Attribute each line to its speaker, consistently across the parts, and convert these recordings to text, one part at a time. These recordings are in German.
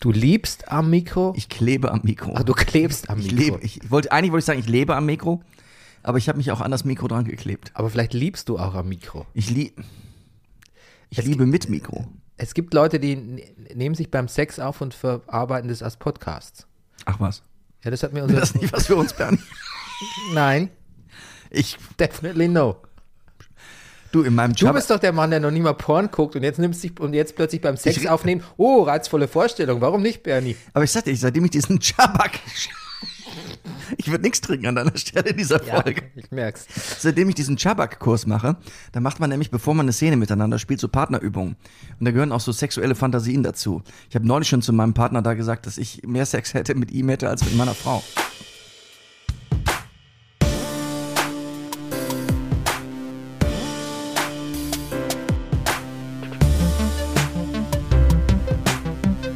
Speaker 1: Du lebst am Mikro?
Speaker 2: Ich klebe am Mikro.
Speaker 1: Ah, du klebst am
Speaker 2: ich
Speaker 1: Mikro.
Speaker 2: lebe, ich wollte, eigentlich wollte ich sagen, ich lebe am Mikro, aber ich habe mich auch an das Mikro dran geklebt.
Speaker 1: Aber vielleicht liebst du auch am Mikro.
Speaker 2: Ich, lieb, ich liebe mit Mikro.
Speaker 1: Es gibt Leute, die n- nehmen sich beim Sex auf und verarbeiten das als Podcasts.
Speaker 2: Ach was.
Speaker 1: Ja, das hat mir unser.
Speaker 2: Das ist nicht was für uns, Bernie.
Speaker 1: Nein,
Speaker 2: Ich,
Speaker 1: definitely no.
Speaker 2: du, in meinem
Speaker 1: Du
Speaker 2: Job.
Speaker 1: bist doch der Mann, der noch nie mal Porn guckt und jetzt nimmst dich und jetzt plötzlich beim Sex
Speaker 2: Ich-
Speaker 1: aufnehmen. Oh, reizvolle Vorstellung. Warum nicht, Bernie?
Speaker 2: aber ich sagte, ich, seitdem ich diesen Chabak. Ich würde nichts trinken an deiner Stelle in dieser Folge.
Speaker 1: ich merk's.
Speaker 2: Seitdem ich diesen Chabak-Kurs mache, da macht man nämlich, bevor man eine Szene miteinander spielt, so Partnerübungen. Und da gehören auch so sexuelle Fantasien dazu. Ich habe neulich schon zu meinem Partner da gesagt, dass ich mehr Sex hätte mit ihm hätte als mit meiner Frau.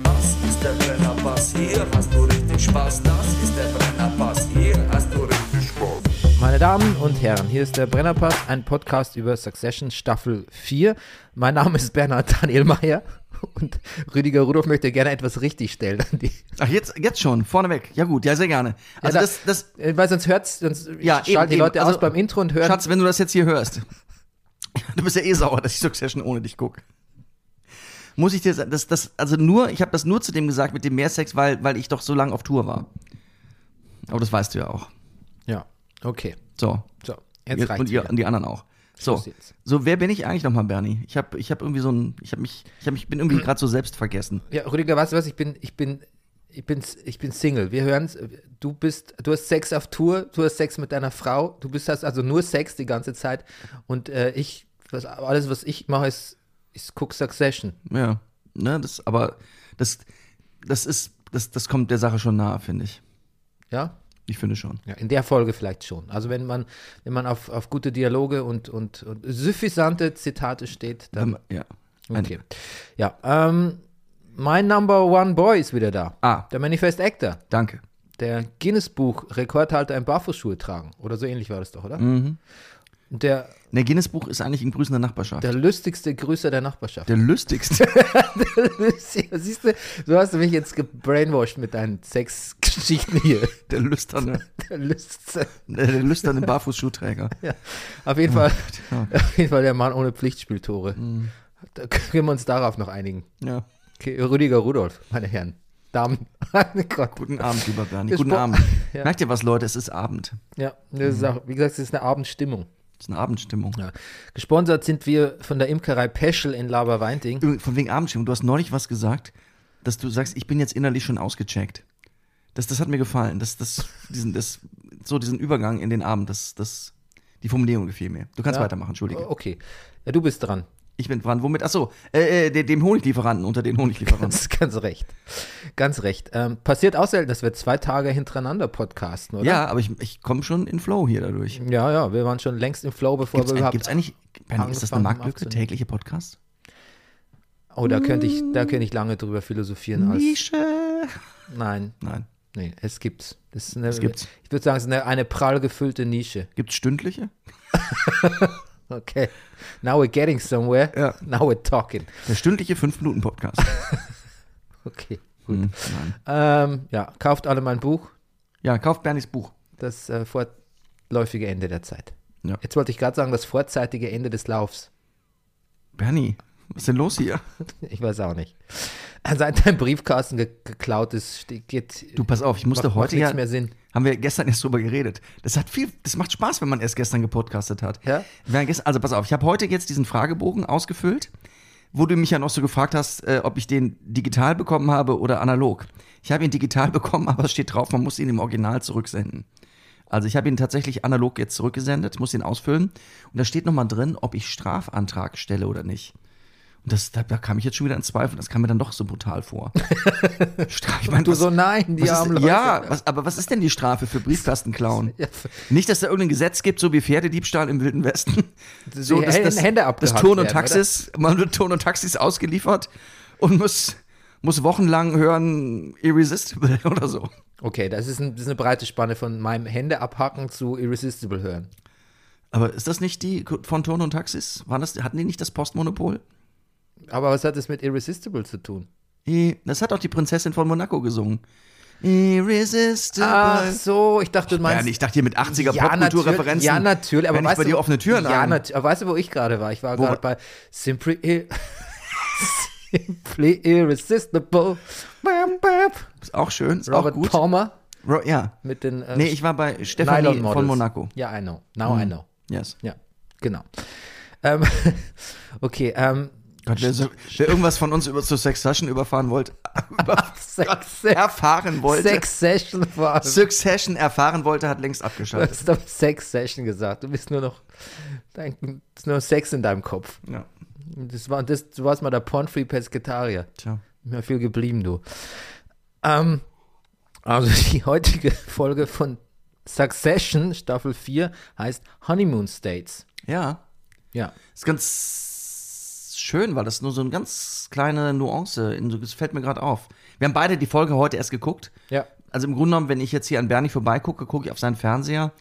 Speaker 3: Das ist der Brennerpass, hier hast du richtig Spaß. Das ist der Brennerpass, hier hast du richtig Spaß.
Speaker 1: Meine Damen und Herren, hier ist der Brennerpass, ein Podcast über Succession Staffel 4. Mein Name ist Bernhard Daniel Mayer und Rüdiger Rudolf möchte gerne etwas richtigstellen. an die-
Speaker 2: Ach, jetzt, jetzt schon, vorneweg. Ja gut, ja, sehr gerne. Also
Speaker 1: Ja,
Speaker 2: das, das,
Speaker 1: Äh, Weil sonst hört's, sonst
Speaker 2: Ja,
Speaker 1: schalten
Speaker 2: eben,
Speaker 1: die
Speaker 2: eben.
Speaker 1: Leute
Speaker 2: Also-
Speaker 1: aus beim Intro und hören.
Speaker 2: Schatz, wenn du das jetzt hier hörst, du bist ja eh sauer, dass ich Succession ohne dich gucke. Muss ich dir sagen, das, das, also nur, ich habe das nur zu dem gesagt mit dem Mehrsex, weil, weil ich doch so lange auf Tour war. Aber das weißt du ja auch.
Speaker 1: Ja, okay.
Speaker 2: So,
Speaker 1: So, jetzt
Speaker 2: und
Speaker 1: reicht's.
Speaker 2: ihr,
Speaker 1: wieder.
Speaker 2: und die anderen auch. So,
Speaker 1: Schluss jetzt.
Speaker 2: so wer bin ich eigentlich nochmal, Bernie? Ich habe ich hab irgendwie so ein, ich habe mich, ich hab mich, bin irgendwie gerade so selbst vergessen.
Speaker 1: Ja, Rüdiger, weißt du was? Ich bin, ich bin, ich bin, ich bin Single. Wir hören's. Du bist, du hast Sex auf Tour, du hast Sex mit deiner Frau, du bist hast also nur Sex die ganze Zeit. Und äh, ich, was, alles, was ich mache, ist, ist Cook Succession.
Speaker 2: Ja, ne, das, aber das, das ist, das, das kommt der Sache schon nahe, finde ich.
Speaker 1: Ja?
Speaker 2: Ich finde schon.
Speaker 1: ja. In der Folge vielleicht schon. Also wenn man, wenn man auf, auf gute Dialoge und, und, und suffisante Zitate steht, dann.
Speaker 2: ja. Ein-
Speaker 1: Okay. Ja. Ähm, mein Number One Boy ist wieder da.
Speaker 2: Ah.
Speaker 1: Der Manifest Actor.
Speaker 2: Danke.
Speaker 1: der Guinness-Buch-Rekordhalter in Barfußschuhe tragen. Oder so ähnlich war das doch, oder? Und Der,
Speaker 2: Der Guinness-Buch Ne, ist eigentlich ein Grüßen der Nachbarschaft.
Speaker 1: der lustigste Grüßer der Nachbarschaft.
Speaker 2: Der lustigste.
Speaker 1: Siehst du, so hast du mich jetzt gebrainwashed mit deinen Sexgeschichten hier.
Speaker 2: der lüsterne.
Speaker 1: Der lustigste.
Speaker 2: Der, der lüsterne Barfußschuhträger.
Speaker 1: Ja. Auf jeden Fall,
Speaker 2: ja.
Speaker 1: auf jeden Fall der Mann ohne Pflichtspieltore. Da können wir uns darauf noch einigen.
Speaker 2: Ja.
Speaker 1: Okay, Rüdiger Rudolf, meine Herren. Damen. Oh Gott.
Speaker 2: Guten Abend, lieber Bernie.
Speaker 1: Das
Speaker 2: Guten
Speaker 1: Bo-
Speaker 2: Abend.
Speaker 1: Ja.
Speaker 2: Merkt ihr was, Leute? Es ist Abend.
Speaker 1: Ja, das
Speaker 2: Mhm.
Speaker 1: ist auch, wie gesagt, es ist eine Abendstimmung.
Speaker 2: Es ist eine Abendstimmung.
Speaker 1: Ja. Gesponsert sind wir von der Imkerei Peschel in Laberweinting.
Speaker 2: Übrigens, Von wegen Abendstimmung. Du hast neulich was gesagt, dass du sagst, ich bin jetzt innerlich schon ausgecheckt. Das, das hat mir gefallen. Das, das, diesen, das, so diesen Übergang in den Abend, das, das, die Formulierung gefiel mir. Du kannst
Speaker 1: Ja.
Speaker 2: weitermachen, Entschuldige.
Speaker 1: Okay. Ja, du bist dran.
Speaker 2: Ich bin dran. Womit? Achso, äh, äh, de- dem Honiglieferanten, unter den Honiglieferanten.
Speaker 1: Ganz, ganz recht. Ganz recht. Ähm, passiert auch selten, dass wir zwei Tage hintereinander podcasten, oder?
Speaker 2: Ja, aber ich, ich komme schon in Flow hier dadurch.
Speaker 1: Ja, ja, wir waren schon längst im Flow, bevor
Speaker 2: Gibt's,
Speaker 1: wir
Speaker 2: ein,
Speaker 1: überhaupt.
Speaker 2: gibt's eigentlich, Bernie, ist das eine
Speaker 1: angefangen
Speaker 2: Marktlücke,
Speaker 1: aufzunehmen.
Speaker 2: tägliche Podcast?
Speaker 1: oh, da könnte ich,
Speaker 2: Hm.
Speaker 1: da könnte ich lange drüber philosophieren. Als,
Speaker 2: Nische.
Speaker 1: nein,
Speaker 2: Nein.
Speaker 1: nee, es gibt's. Das ist eine, es
Speaker 2: gibt's.
Speaker 1: Ich würde sagen, es ist eine, eine prall gefüllte Nische.
Speaker 2: Gibt's stündliche?
Speaker 1: Okay. Now we're getting somewhere.
Speaker 2: Ja.
Speaker 1: Now we're talking.
Speaker 2: Der stündliche 5-Minuten-Podcast.
Speaker 1: Okay. Gut.
Speaker 2: Hm, nein.
Speaker 1: Ähm, ja, kauft alle mein Buch.
Speaker 2: ja, kauft Bernies Buch.
Speaker 1: Das äh, fortläufige Ende der Zeit.
Speaker 2: Ja.
Speaker 1: Jetzt wollte ich gerade sagen, das vorzeitige Ende des Laufs.
Speaker 2: Bernie, was ist denn los hier?
Speaker 1: Ich weiß auch nicht. Seit dein Briefkasten ge geklaut ist, ste- geht.
Speaker 2: Du, pass auf, ich musste
Speaker 1: macht- macht
Speaker 2: heute ja.
Speaker 1: nichts mehr Sinn.
Speaker 2: Haben wir gestern erst drüber geredet. Das hat viel, das macht Spaß, wenn man erst gestern gepodcastet hat.
Speaker 1: Ja?
Speaker 2: Wir haben gestern, also pass auf, ich habe heute jetzt diesen Fragebogen ausgefüllt, wo du mich ja noch so gefragt hast, äh, ob ich den digital bekommen habe oder analog. Ich habe ihn digital bekommen, aber es steht drauf, man muss ihn im Original zurücksenden. Also ich habe ihn tatsächlich analog jetzt zurückgesendet, muss ihn ausfüllen. Und da steht nochmal drin, ob ich Strafantrag stelle oder nicht. Und das, da, da kam ich jetzt schon wieder in Zweifel. Das kam mir dann doch so brutal vor. Stra- ich meine,
Speaker 1: Du
Speaker 2: was-
Speaker 1: so, nein, die
Speaker 2: was
Speaker 1: armen
Speaker 2: ist,
Speaker 1: Leute.
Speaker 2: ja, was, aber was ist denn die Strafe für Briefkastenklauen?
Speaker 1: Ja.
Speaker 2: Nicht, dass da irgendein Gesetz gibt, so wie Pferdediebstahl im Wilden Westen. So,
Speaker 1: die Hände- Hände
Speaker 2: das
Speaker 1: abgehackt
Speaker 2: Turn und
Speaker 1: werden,
Speaker 2: Taxis, man wird Turn und Taxis ausgeliefert und muss, muss wochenlang hören Irresistible oder so.
Speaker 1: Okay, das ist, ein, das ist eine breite Spanne von meinem Hände abhacken zu Irresistible hören.
Speaker 2: Aber ist das nicht die von Turn und Taxis? Waren das, hatten die nicht das Postmonopol?
Speaker 1: Aber was hat das mit Irresistible zu tun?
Speaker 2: Eh, Das hat auch die Prinzessin von Monaco gesungen. Irresistible.
Speaker 1: Ach so, ich dachte, du
Speaker 2: ja,
Speaker 1: meinst.
Speaker 2: ich dachte hier mit 80er
Speaker 1: natürlich-
Speaker 2: Popkulturreferenzen.
Speaker 1: Ja, natürlich, aber
Speaker 2: wenn
Speaker 1: weißt
Speaker 2: ich bei
Speaker 1: du,
Speaker 2: dir offene Türen
Speaker 1: ja,
Speaker 2: an.
Speaker 1: nat- aber weißt du, wo ich gerade war? Ich war
Speaker 2: Wo-
Speaker 1: gerade bei Simply, Ir Simply Irresistible. Bam, bam.
Speaker 2: Ist auch schön, ist
Speaker 1: Robert
Speaker 2: auch gut.
Speaker 1: Palmer
Speaker 2: Ro ja.
Speaker 1: mit den äh,
Speaker 2: Nee, ich war bei
Speaker 1: Nylon
Speaker 2: Stefanie
Speaker 1: Models.
Speaker 2: von Monaco. Mhm.
Speaker 1: Ja, I know. Now I know.
Speaker 2: Yes.
Speaker 1: Ja, genau. Ähm, okay, ähm,
Speaker 2: Gott, wer, so, wer irgendwas von uns über zur Sex Session überfahren wollte, über,
Speaker 1: Sex,
Speaker 2: erfahren wollte,
Speaker 1: Sex Session vor allem.
Speaker 2: Succession erfahren wollte, hat längst
Speaker 1: Du
Speaker 2: abgeschaltet.
Speaker 1: hast doch Sex Session gesagt. Du bist nur noch, dein, ist nur Sex in deinem Kopf.
Speaker 2: Ja,
Speaker 1: Das war, das, du warst mal der Pornfree Pesketarier.
Speaker 2: tja.
Speaker 1: Nicht mehr viel geblieben, du. Ähm, also die heutige Folge von Succession, Staffel 4, heißt Honeymoon States.
Speaker 2: Ja,
Speaker 1: Ja.
Speaker 2: ist ganz schön, weil das nur so eine ganz kleine Nuance, in- das fällt mir gerade auf. Wir haben beide die Folge heute erst geguckt.
Speaker 1: Ja.
Speaker 2: Also im Grunde genommen, wenn ich jetzt hier an Bernie vorbeigucke, gucke ich auf seinen Fernseher,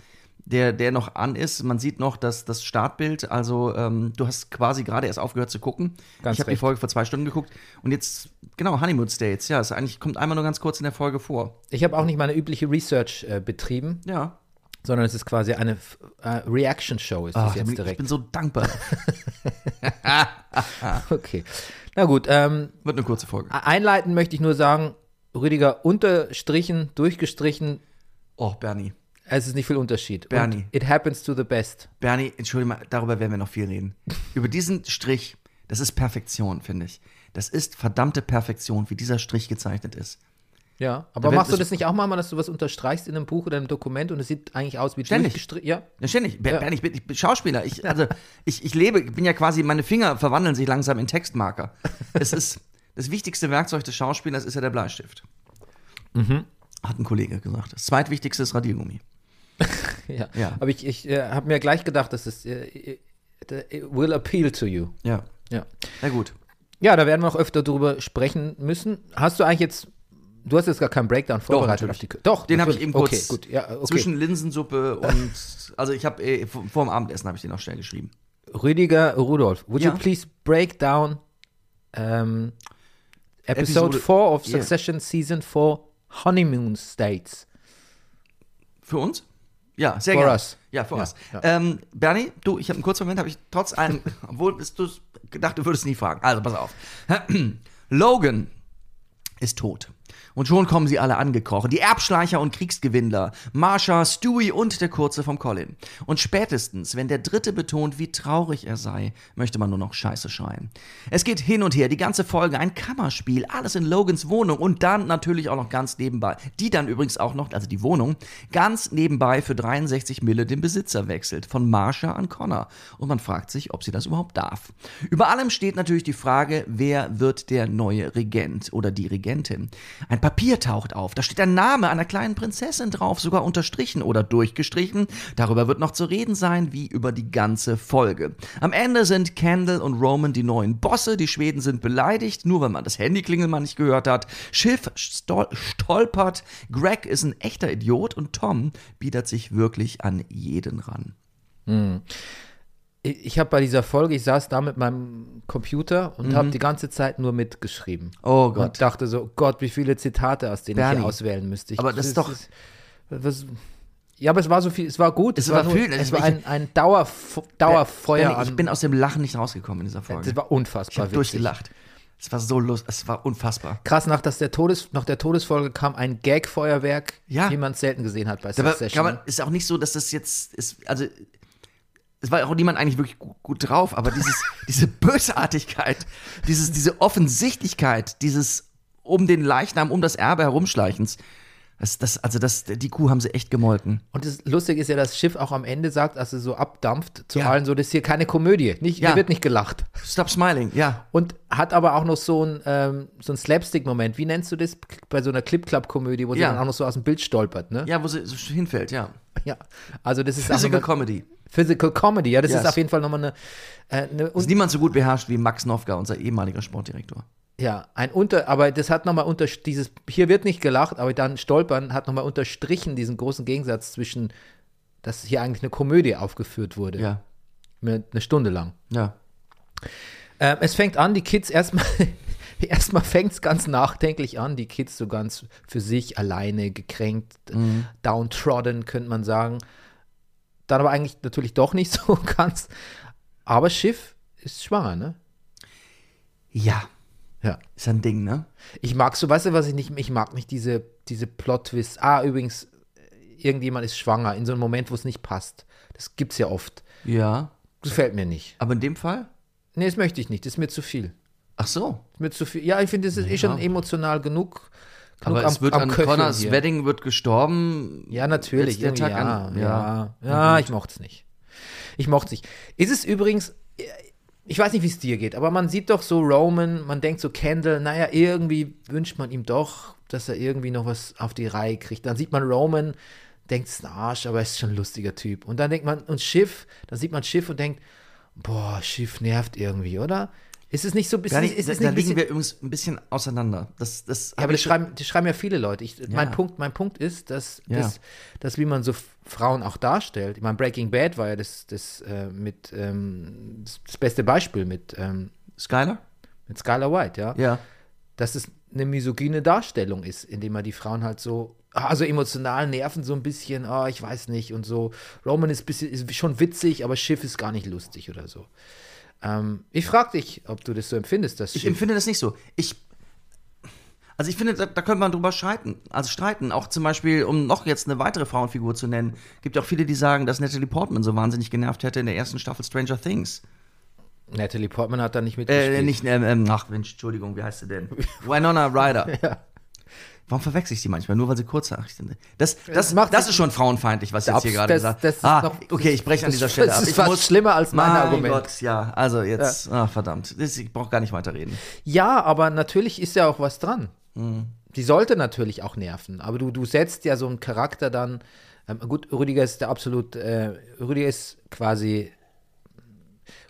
Speaker 2: der, der noch an ist. Man sieht noch das, das Startbild. Also ähm, du hast quasi gerade erst aufgehört zu gucken.
Speaker 1: Ganz
Speaker 2: ich habe die
Speaker 1: recht.
Speaker 2: Folge vor zwei Stunden geguckt. Und jetzt, genau, Honeymoon States. Ja, es eigentlich kommt einmal nur ganz kurz in der Folge vor.
Speaker 1: Ich habe auch nicht meine übliche Research äh, betrieben,
Speaker 2: Ja.
Speaker 1: sondern es ist quasi eine F- äh, Reaction-Show, ist das
Speaker 2: da
Speaker 1: jetzt
Speaker 2: bin Ah, ich, ich
Speaker 1: direkt.
Speaker 2: bin so dankbar.
Speaker 1: Okay. Na gut, ähm,
Speaker 2: Wird eine kurze Folge.
Speaker 1: einleiten möchte ich nur sagen, Rüdiger, unterstrichen, durchgestrichen,
Speaker 2: Oh, Bernie.
Speaker 1: es ist nicht viel Unterschied. Und
Speaker 2: Bernie.
Speaker 1: It happens to the best.
Speaker 2: Bernie, entschuldige mal, darüber werden wir noch viel reden. Über diesen Strich, das ist Perfektion, finde ich. Das ist verdammte Perfektion, wie dieser Strich gezeichnet ist.
Speaker 1: Ja,
Speaker 2: Da
Speaker 1: aber
Speaker 2: wird
Speaker 1: machst du
Speaker 2: es-
Speaker 1: das nicht auch mal, dass du was unterstreichst in einem Buch oder einem Dokument und es sieht eigentlich aus wie
Speaker 2: Ständig.
Speaker 1: durchgestrichen? Ja.
Speaker 2: Ja, ständig. Ber Bernie, ich bin, ich bin Schauspieler. Ich, also, ich, ich lebe, ich bin ja quasi, meine Finger verwandeln sich langsam in Textmarker. Es ist das wichtigste Werkzeug des Schauspielers ist ja der Bleistift.
Speaker 1: Mhm.
Speaker 2: Hat ein Kollege gesagt. Das zweitwichtigste ist Radiergummi.
Speaker 1: ja.
Speaker 2: Ja.
Speaker 1: Aber ich, ich äh, habe mir gleich gedacht, dass es äh, it, it will appeal to you.
Speaker 2: Ja.
Speaker 1: Ja.
Speaker 2: Na gut.
Speaker 1: ja, da werden wir auch öfter drüber sprechen müssen. Hast du eigentlich jetzt, du hast jetzt gar keinen Breakdown vorbereitet
Speaker 2: natürlich.
Speaker 1: auf die Kü- Doch,
Speaker 2: Den habe ich
Speaker 1: natürlich.
Speaker 2: eben kurz
Speaker 1: Okay, gut. Ja, okay.
Speaker 2: zwischen Linsensuppe und also ich habe eh, vor, vor dem Abendessen habe ich den auch schnell geschrieben.
Speaker 1: Rüdiger Rudolph, would
Speaker 2: Ja.
Speaker 1: you please break down ähm, Episode
Speaker 2: Episode-
Speaker 1: 4 of
Speaker 2: Yeah.
Speaker 1: Succession Season 4 Honeymoon States?
Speaker 2: Für uns? Ja, sehr
Speaker 1: For
Speaker 2: gerne.
Speaker 1: us.
Speaker 2: Ja, für
Speaker 1: Ja,
Speaker 2: uns.
Speaker 1: ja.
Speaker 2: Ähm, Bernie, du, ich habe einen kurzen Moment, habe ich trotz allem, obwohl bist du gedacht, du würdest nie fragen. Also pass auf. Logan ist tot. Und schon kommen sie alle angekrochen. Die Erbschleicher und Kriegsgewinnler. Marsha, Stewie und der Kurze vom Colin. Und spätestens, wenn der Dritte betont, wie traurig er sei, möchte man nur noch Scheiße schreien. Es geht hin und her, die ganze Folge, ein Kammerspiel, alles in Logans Wohnung und dann natürlich auch noch ganz nebenbei. Die dann übrigens auch noch, also die Wohnung, ganz nebenbei für 63 Mille den Besitzer wechselt. Von Marsha an Connor. Und man fragt sich, ob sie das überhaupt darf. Über allem steht natürlich die Frage, wer wird der neue Regent oder die Regentin? Ein Papier taucht auf, da steht der Name einer kleinen Prinzessin drauf, sogar unterstrichen oder durchgestrichen. Darüber wird noch zu reden sein, wie über die ganze Folge. Am Ende sind Kendall und Roman die neuen Bosse, die Schweden sind beleidigt, nur weil man das Handyklingeln mal nicht gehört hat. Schiff stol stolpert, Greg ist ein echter Idiot und Tom biedert sich wirklich an jeden ran.
Speaker 1: ich, ich habe bei dieser Folge, ich saß da mit meinem Computer und habe die ganze Zeit nur mitgeschrieben.
Speaker 2: Mhm. Oh Gott.
Speaker 1: Und dachte so, Gott, wie viele Zitate, aus denen ich
Speaker 2: Bernie.
Speaker 1: hier auswählen müsste. Ich,
Speaker 2: Aber das ist doch-
Speaker 1: was, ja, aber es war so viel, es war gut.
Speaker 2: Es war
Speaker 1: nur,
Speaker 2: viel,
Speaker 1: Es
Speaker 2: ich-
Speaker 1: war ein, ein Dauerf Dauerfeuer
Speaker 2: Bernie, ich bin aus dem Lachen nicht rausgekommen in dieser
Speaker 1: an.
Speaker 2: Folge.
Speaker 1: Das war unfassbar
Speaker 2: habe durchgelacht. Es war so lustig, es war unfassbar.
Speaker 1: Krass, nach, dass der Todes, nach der Todesfolge kam ein Gag-Feuerwerk,
Speaker 2: Ja.
Speaker 1: wie man es selten gesehen hat bei
Speaker 2: Aber
Speaker 1: Succession.
Speaker 2: kann man, ist auch nicht so, dass das jetzt ist, also es war auch niemand eigentlich wirklich gut, gut drauf, aber dieses, diese Bösartigkeit, dieses, diese Offensichtlichkeit, dieses um den Leichnam, um das Erbe herumschleichens, das, das, also das, die Kuh haben sie echt gemolken.
Speaker 1: Und das Lustige ist ja, dass Schiff auch am Ende sagt, als es so abdampft, zu
Speaker 2: Ja.
Speaker 1: allen so, das ist hier keine Komödie. Nicht,
Speaker 2: Ja.
Speaker 1: Hier wird nicht gelacht.
Speaker 2: Stop smiling, ja.
Speaker 1: Und hat aber auch noch so einen, ähm, so einen Slapstick-Moment. Wie nennst du das bei so einer Clip-Club-Komödie, wo sie
Speaker 2: Ja.
Speaker 1: dann auch noch so aus dem Bild stolpert, ne?
Speaker 2: Ja, wo sie so hinfällt, ja.
Speaker 1: Ja. Also das ist
Speaker 2: Physical
Speaker 1: auch nochmal-
Speaker 2: Comedy.
Speaker 1: Physical Comedy, ja, das
Speaker 2: Yes.
Speaker 1: ist auf jeden Fall nochmal eine, äh, eine
Speaker 2: Ist niemand so gut beherrscht wie Max Nowka, unser ehemaliger Sportdirektor.
Speaker 1: ja, ein Unter, aber das hat nochmal unter dieses, hier wird nicht gelacht, aber dann Stolpern hat nochmal unterstrichen diesen großen Gegensatz zwischen, dass hier eigentlich eine Komödie aufgeführt wurde.
Speaker 2: Ja,
Speaker 1: Eine eine Stunde lang.
Speaker 2: ja.
Speaker 1: Ähm, es fängt an, die Kids erstmal erstmal fängt es ganz nachdenklich an, die Kids so ganz für sich alleine, gekränkt, downtrodden, könnte man sagen. Dann aber eigentlich natürlich doch nicht so ganz. Aber Schiff ist schwanger, ne?
Speaker 2: Ja,
Speaker 1: Ja.
Speaker 2: ist ein Ding, ne?
Speaker 1: Ich mag so, weißt du, was ich nicht, ich mag nicht diese, diese Plot-Twists. Ah, übrigens, irgendjemand ist schwanger in so einem Moment, wo es nicht passt. Das gibt's ja oft.
Speaker 2: Ja.
Speaker 1: Gefällt mir nicht.
Speaker 2: Aber in dem Fall?
Speaker 1: Nee, das möchte ich nicht. Das ist mir zu viel.
Speaker 2: Ach so.
Speaker 1: Ist mir zu viel. Ja, ich finde, das ist eh schon
Speaker 2: Ja.
Speaker 1: emotional genug. genug
Speaker 2: Aber es wird an
Speaker 1: Köcheln
Speaker 2: Connors
Speaker 1: hier.
Speaker 2: Wedding wird gestorben.
Speaker 1: Ja, natürlich.
Speaker 2: Jetzt
Speaker 1: irgendwie,
Speaker 2: der Tag
Speaker 1: ja,
Speaker 2: an-
Speaker 1: ja,
Speaker 2: ja. Mhm.
Speaker 1: ja. ich mochte es nicht. Ich mochte es nicht. Ist es übrigens, ich weiß nicht, wie es dir geht, aber man sieht doch so Roman, man denkt so Kendall, naja, irgendwie wünscht man ihm doch, dass er irgendwie noch was auf die Reihe kriegt. Dann sieht man Roman, denkt, es ist ein Arsch, aber er ist schon ein lustiger Typ. Und dann denkt man, und Schiff, dann sieht man Schiff und denkt, boah, Schiff nervt irgendwie, oder? Ist es nicht so ein bisschen,
Speaker 2: Gar nicht,
Speaker 1: ist
Speaker 2: da
Speaker 1: es nicht
Speaker 2: da
Speaker 1: ein
Speaker 2: liegen
Speaker 1: bisschen
Speaker 2: wir übrigens ein bisschen auseinander. Das, das
Speaker 1: ja, aber das schreiben, das schreiben ja viele Leute. Ich, mein,
Speaker 2: Ja.
Speaker 1: Punkt, mein Punkt ist, dass,
Speaker 2: Ja.
Speaker 1: dass, dass wie man so F- Frauen auch darstellt, ich meine, Breaking Bad war ja das, das, äh, mit, ähm, das, das beste Beispiel mit, ähm,
Speaker 2: Skyler?
Speaker 1: mit Skylar White, ja?
Speaker 2: Ja.
Speaker 1: Dass es eine misogyne Darstellung ist, indem man die Frauen halt so, also emotional nerven so ein bisschen, ah, ich weiß nicht und so. Roman ist, bisschen, ist schon witzig, aber Schiff ist gar nicht lustig oder so. Ähm, ich frag dich, ob du das so empfindest, das
Speaker 2: Ich
Speaker 1: Schiff.
Speaker 2: empfinde das nicht so. Ich. Also ich finde, da, da könnte man drüber streiten. Also streiten. Auch zum Beispiel, um noch jetzt eine weitere Frauenfigur zu nennen, gibt auch viele, die sagen, dass Natalie Portman so wahnsinnig genervt hätte in der ersten Staffel Stranger Things.
Speaker 1: Natalie Portman hat da nicht mitgespielt.
Speaker 2: Äh, nicht, ähm, ähm, ach Mensch, Entschuldigung, wie heißt sie denn? Winona Ryder.
Speaker 1: Ja.
Speaker 2: Warum verwechsel ich die manchmal? Nur weil sie kurze Nachrichten sind. Das, das, das,
Speaker 1: macht-
Speaker 2: ist schon frauenfeindlich, was jetzt
Speaker 1: Darf-
Speaker 2: hier gerade
Speaker 1: das-
Speaker 2: gesagt
Speaker 1: das ist
Speaker 2: Ah,
Speaker 1: noch-
Speaker 2: okay, ich breche an
Speaker 1: das-
Speaker 2: dieser Stelle
Speaker 1: das
Speaker 2: ab.
Speaker 1: ist
Speaker 2: Ich
Speaker 1: fast schlimmer als mein Argument.
Speaker 2: Gott, ja, also jetzt, ah, verdammt. Das- Ich brauche gar nicht weiterreden.
Speaker 1: Ja, aber natürlich ist ja auch was dran. Die sollte natürlich auch nerven. Aber du, du setzt ja so einen Charakter dann. Ähm, gut, Rüdiger ist der absolut. Äh, Rüdiger ist quasi.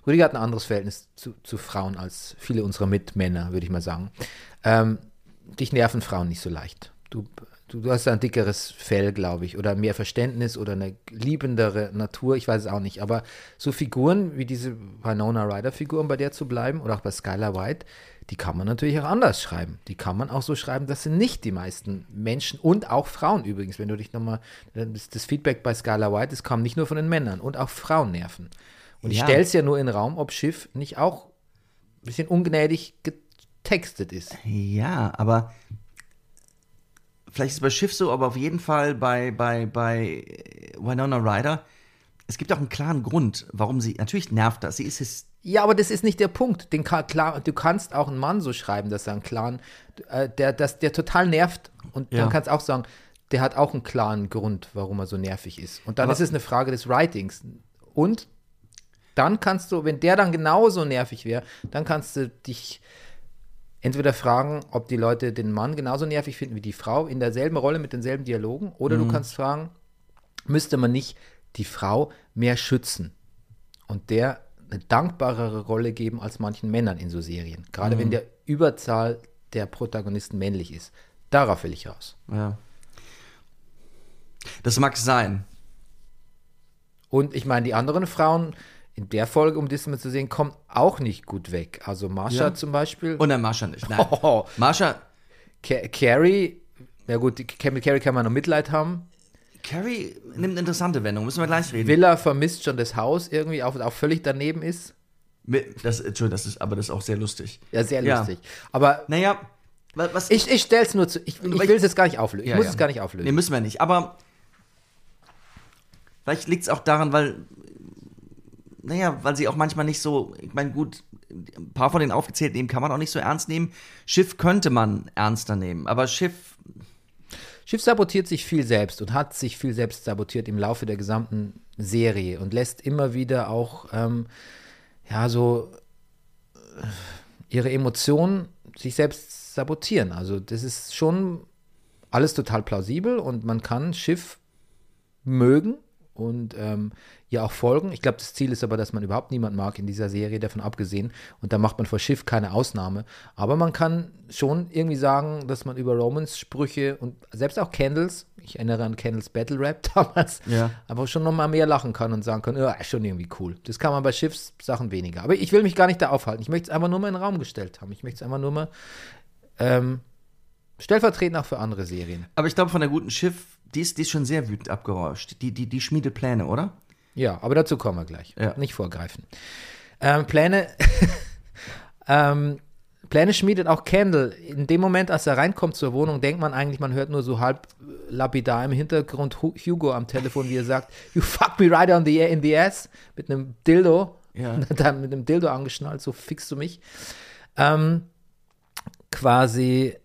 Speaker 1: Rüdiger hat ein anderes Verhältnis zu, zu Frauen als viele unserer Mitmänner, würde ich mal sagen. Ähm, dich nerven Frauen nicht so leicht. Du, du, du hast ein dickeres Fell, glaube ich, oder mehr Verständnis oder eine liebendere Natur, ich weiß es auch nicht. Aber so Figuren wie diese Winona Ryder-Figur, um bei der zu bleiben, oder auch bei Skylar White, die kann man natürlich auch anders schreiben. Die kann man auch so schreiben, dass sie nicht die meisten Menschen und auch Frauen übrigens, wenn du dich nochmal, das, das Feedback bei Skylar White, das kam nicht nur von den Männern und auch Frauen nerven. Und ich
Speaker 2: Ja.
Speaker 1: stelle es ja nur in den Raum, ob Schiff nicht auch ein bisschen ungnädig getextet ist.
Speaker 2: Ja, aber vielleicht ist es bei Schiff so, aber auf jeden Fall bei, bei, bei äh, Winona Ryder. Es gibt auch einen klaren Grund, warum sie, natürlich nervt das, sie ist hysterisch.
Speaker 1: Ja, aber das ist nicht der Punkt. Den ka- klar, du kannst auch einen Mann so schreiben, dass er einen klaren, äh, der, dass der total nervt. Und
Speaker 2: Ja.
Speaker 1: dann kannst du auch sagen, der hat auch einen klaren Grund, warum er so nervig ist. Und dann
Speaker 2: Aber-
Speaker 1: ist es eine Frage des Writings. Und dann kannst du, wenn der dann genauso nervig wäre, dann kannst du dich entweder fragen, ob die Leute den Mann genauso nervig finden wie die Frau in derselben Rolle mit denselben Dialogen, oder
Speaker 2: Mhm.
Speaker 1: du kannst fragen, müsste man nicht die Frau mehr schützen und der eine dankbarere Rolle geben als manchen Männern in so Serien, gerade
Speaker 2: Mhm.
Speaker 1: wenn der Überzahl der Protagonisten männlich ist. Darauf will ich raus.
Speaker 2: Ja. Das mag sein.
Speaker 1: Und ich meine, die anderen Frauen in der Folge, um das mal zu sehen, kommen auch nicht gut weg. Also Marsha
Speaker 2: Ja.
Speaker 1: zum Beispiel.
Speaker 2: Und dann Marsha nicht. Nein.
Speaker 1: Oh.
Speaker 2: Marsha,
Speaker 1: Ca- Carrie, na gut, die Ca- mit Carrie kann man noch Mitleid haben.
Speaker 2: Carrie nimmt eine interessante Wendung, müssen wir gleich reden.
Speaker 1: Villa vermisst schon das Haus irgendwie, auch, auch völlig daneben ist.
Speaker 2: Mit- das, Entschuldigung, das ist, aber das ist auch sehr lustig.
Speaker 1: Ja, sehr
Speaker 2: Ja.
Speaker 1: lustig. Aber
Speaker 2: Naja, wa- was.
Speaker 1: ich, ich stell's nur zu. Ich, ich
Speaker 2: Aber ich-
Speaker 1: will es jetzt gar nicht auflösen. Ich
Speaker 2: Ja,
Speaker 1: muss
Speaker 2: ja.
Speaker 1: es gar nicht
Speaker 2: Nee,
Speaker 1: auflösen.
Speaker 2: müssen wir nicht. Aber vielleicht liegt es auch daran, weil. Naja, weil sie auch manchmal nicht so. Ich meine, gut, ein paar von den aufgezählten eben kann man auch nicht so ernst nehmen. Schiff könnte man ernster nehmen, aber Schiff.
Speaker 1: Schiff sabotiert sich viel selbst und hat sich viel selbst sabotiert im Laufe der gesamten Serie und lässt immer wieder auch, ähm, ja, so äh, ihre Emotionen sich selbst sabotieren. Also, das ist schon alles total plausibel und man kann Schiff mögen und ähm, ja auch folgen. Ich glaube, das Ziel ist aber, dass man überhaupt niemand mag in dieser Serie, davon abgesehen. Und da macht man vor Schiff keine Ausnahme. Aber man kann schon irgendwie sagen, dass man über Romans Sprüche und selbst auch Candles, ich erinnere an Candles Battle Rap damals,
Speaker 2: Ja.
Speaker 1: einfach schon nochmal mehr lachen kann und sagen kann, ja, ist schon irgendwie cool. Das kann man bei Schiffssachen weniger. Aber ich will mich gar nicht da aufhalten. Ich möchte es einfach nur mal in den Raum gestellt haben. Ich möchte es einfach nur mal ähm, stellvertretend auch für andere Serien.
Speaker 2: Aber ich glaube, von der guten Schiff, die ist, die ist schon sehr wütend abgerauscht. Die, die, die schmiedet Pläne, oder?
Speaker 1: Ja, aber dazu kommen wir gleich.
Speaker 2: Ja.
Speaker 1: Nicht vorgreifen. Ähm, Pläne, ähm, Pläne schmiedet auch Candle. In dem Moment, als er reinkommt zur Wohnung, denkt man eigentlich, man hört nur so halb äh, lapidar im Hintergrund Hu- Hugo am Telefon, wie er sagt, You fuck me right on the in the ass mit einem Dildo.
Speaker 2: Ja.
Speaker 1: Dann mit einem Dildo angeschnallt, so fickst du mich. Ähm, quasi,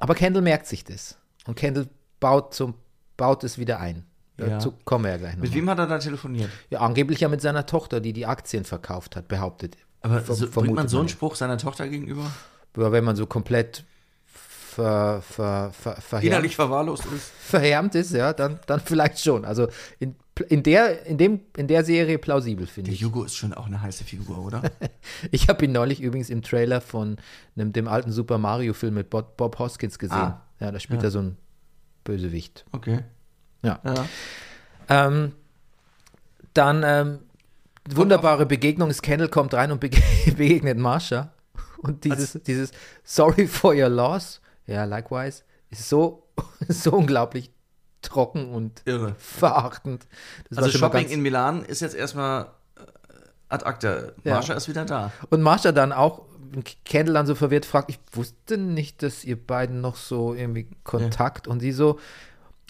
Speaker 1: aber Candle merkt sich das. Und Candle baut, zum, baut es wieder ein.
Speaker 2: Ja.
Speaker 1: Dazu kommen wir ja gleich noch.
Speaker 2: Mit wem hat er da telefoniert?
Speaker 1: Ja, angeblich ja mit seiner Tochter, die die Aktien verkauft hat, behauptet.
Speaker 2: Aber
Speaker 1: Ver-
Speaker 2: so, bringt
Speaker 1: vermutet
Speaker 2: man so einen
Speaker 1: man.
Speaker 2: Spruch seiner Tochter gegenüber?
Speaker 1: Ja, wenn man so komplett ver, ver, ver, verhärmt,
Speaker 2: Innerlich verwahrlost ist.
Speaker 1: verhärmt ist, ja, dann, dann vielleicht schon. Also in, in, der, in, dem, in der Serie plausibel, finde
Speaker 2: Der
Speaker 1: ich.
Speaker 2: Hugo ist schon auch eine heiße Figur, oder?
Speaker 1: Ich habe ihn neulich übrigens im Trailer von einem, dem alten Super Mario-Film mit Bob, Bob Hoskins gesehen.
Speaker 2: Ah.
Speaker 1: Ja, da spielt er so ein Bösewicht.
Speaker 2: Okay.
Speaker 1: Ja.
Speaker 2: Ja.
Speaker 1: Ähm, dann ähm, wunderbare Begegnung ist, Kendall kommt rein und bege begegnet Marsha. Und dieses, dieses Sorry for your loss, ja, likewise, ist so, so unglaublich trocken und
Speaker 2: Irre.
Speaker 1: verachtend. Das war
Speaker 2: Also
Speaker 1: schon mal
Speaker 2: Shopping
Speaker 1: ganz-
Speaker 2: in Milan ist jetzt erstmal äh, ad acta.
Speaker 1: Ja.
Speaker 2: Marsha ist wieder da.
Speaker 1: und Marsha dann auch, Kendall dann so verwirrt fragt, ich wusste nicht, dass ihr beiden noch so irgendwie Kontakt und sie so,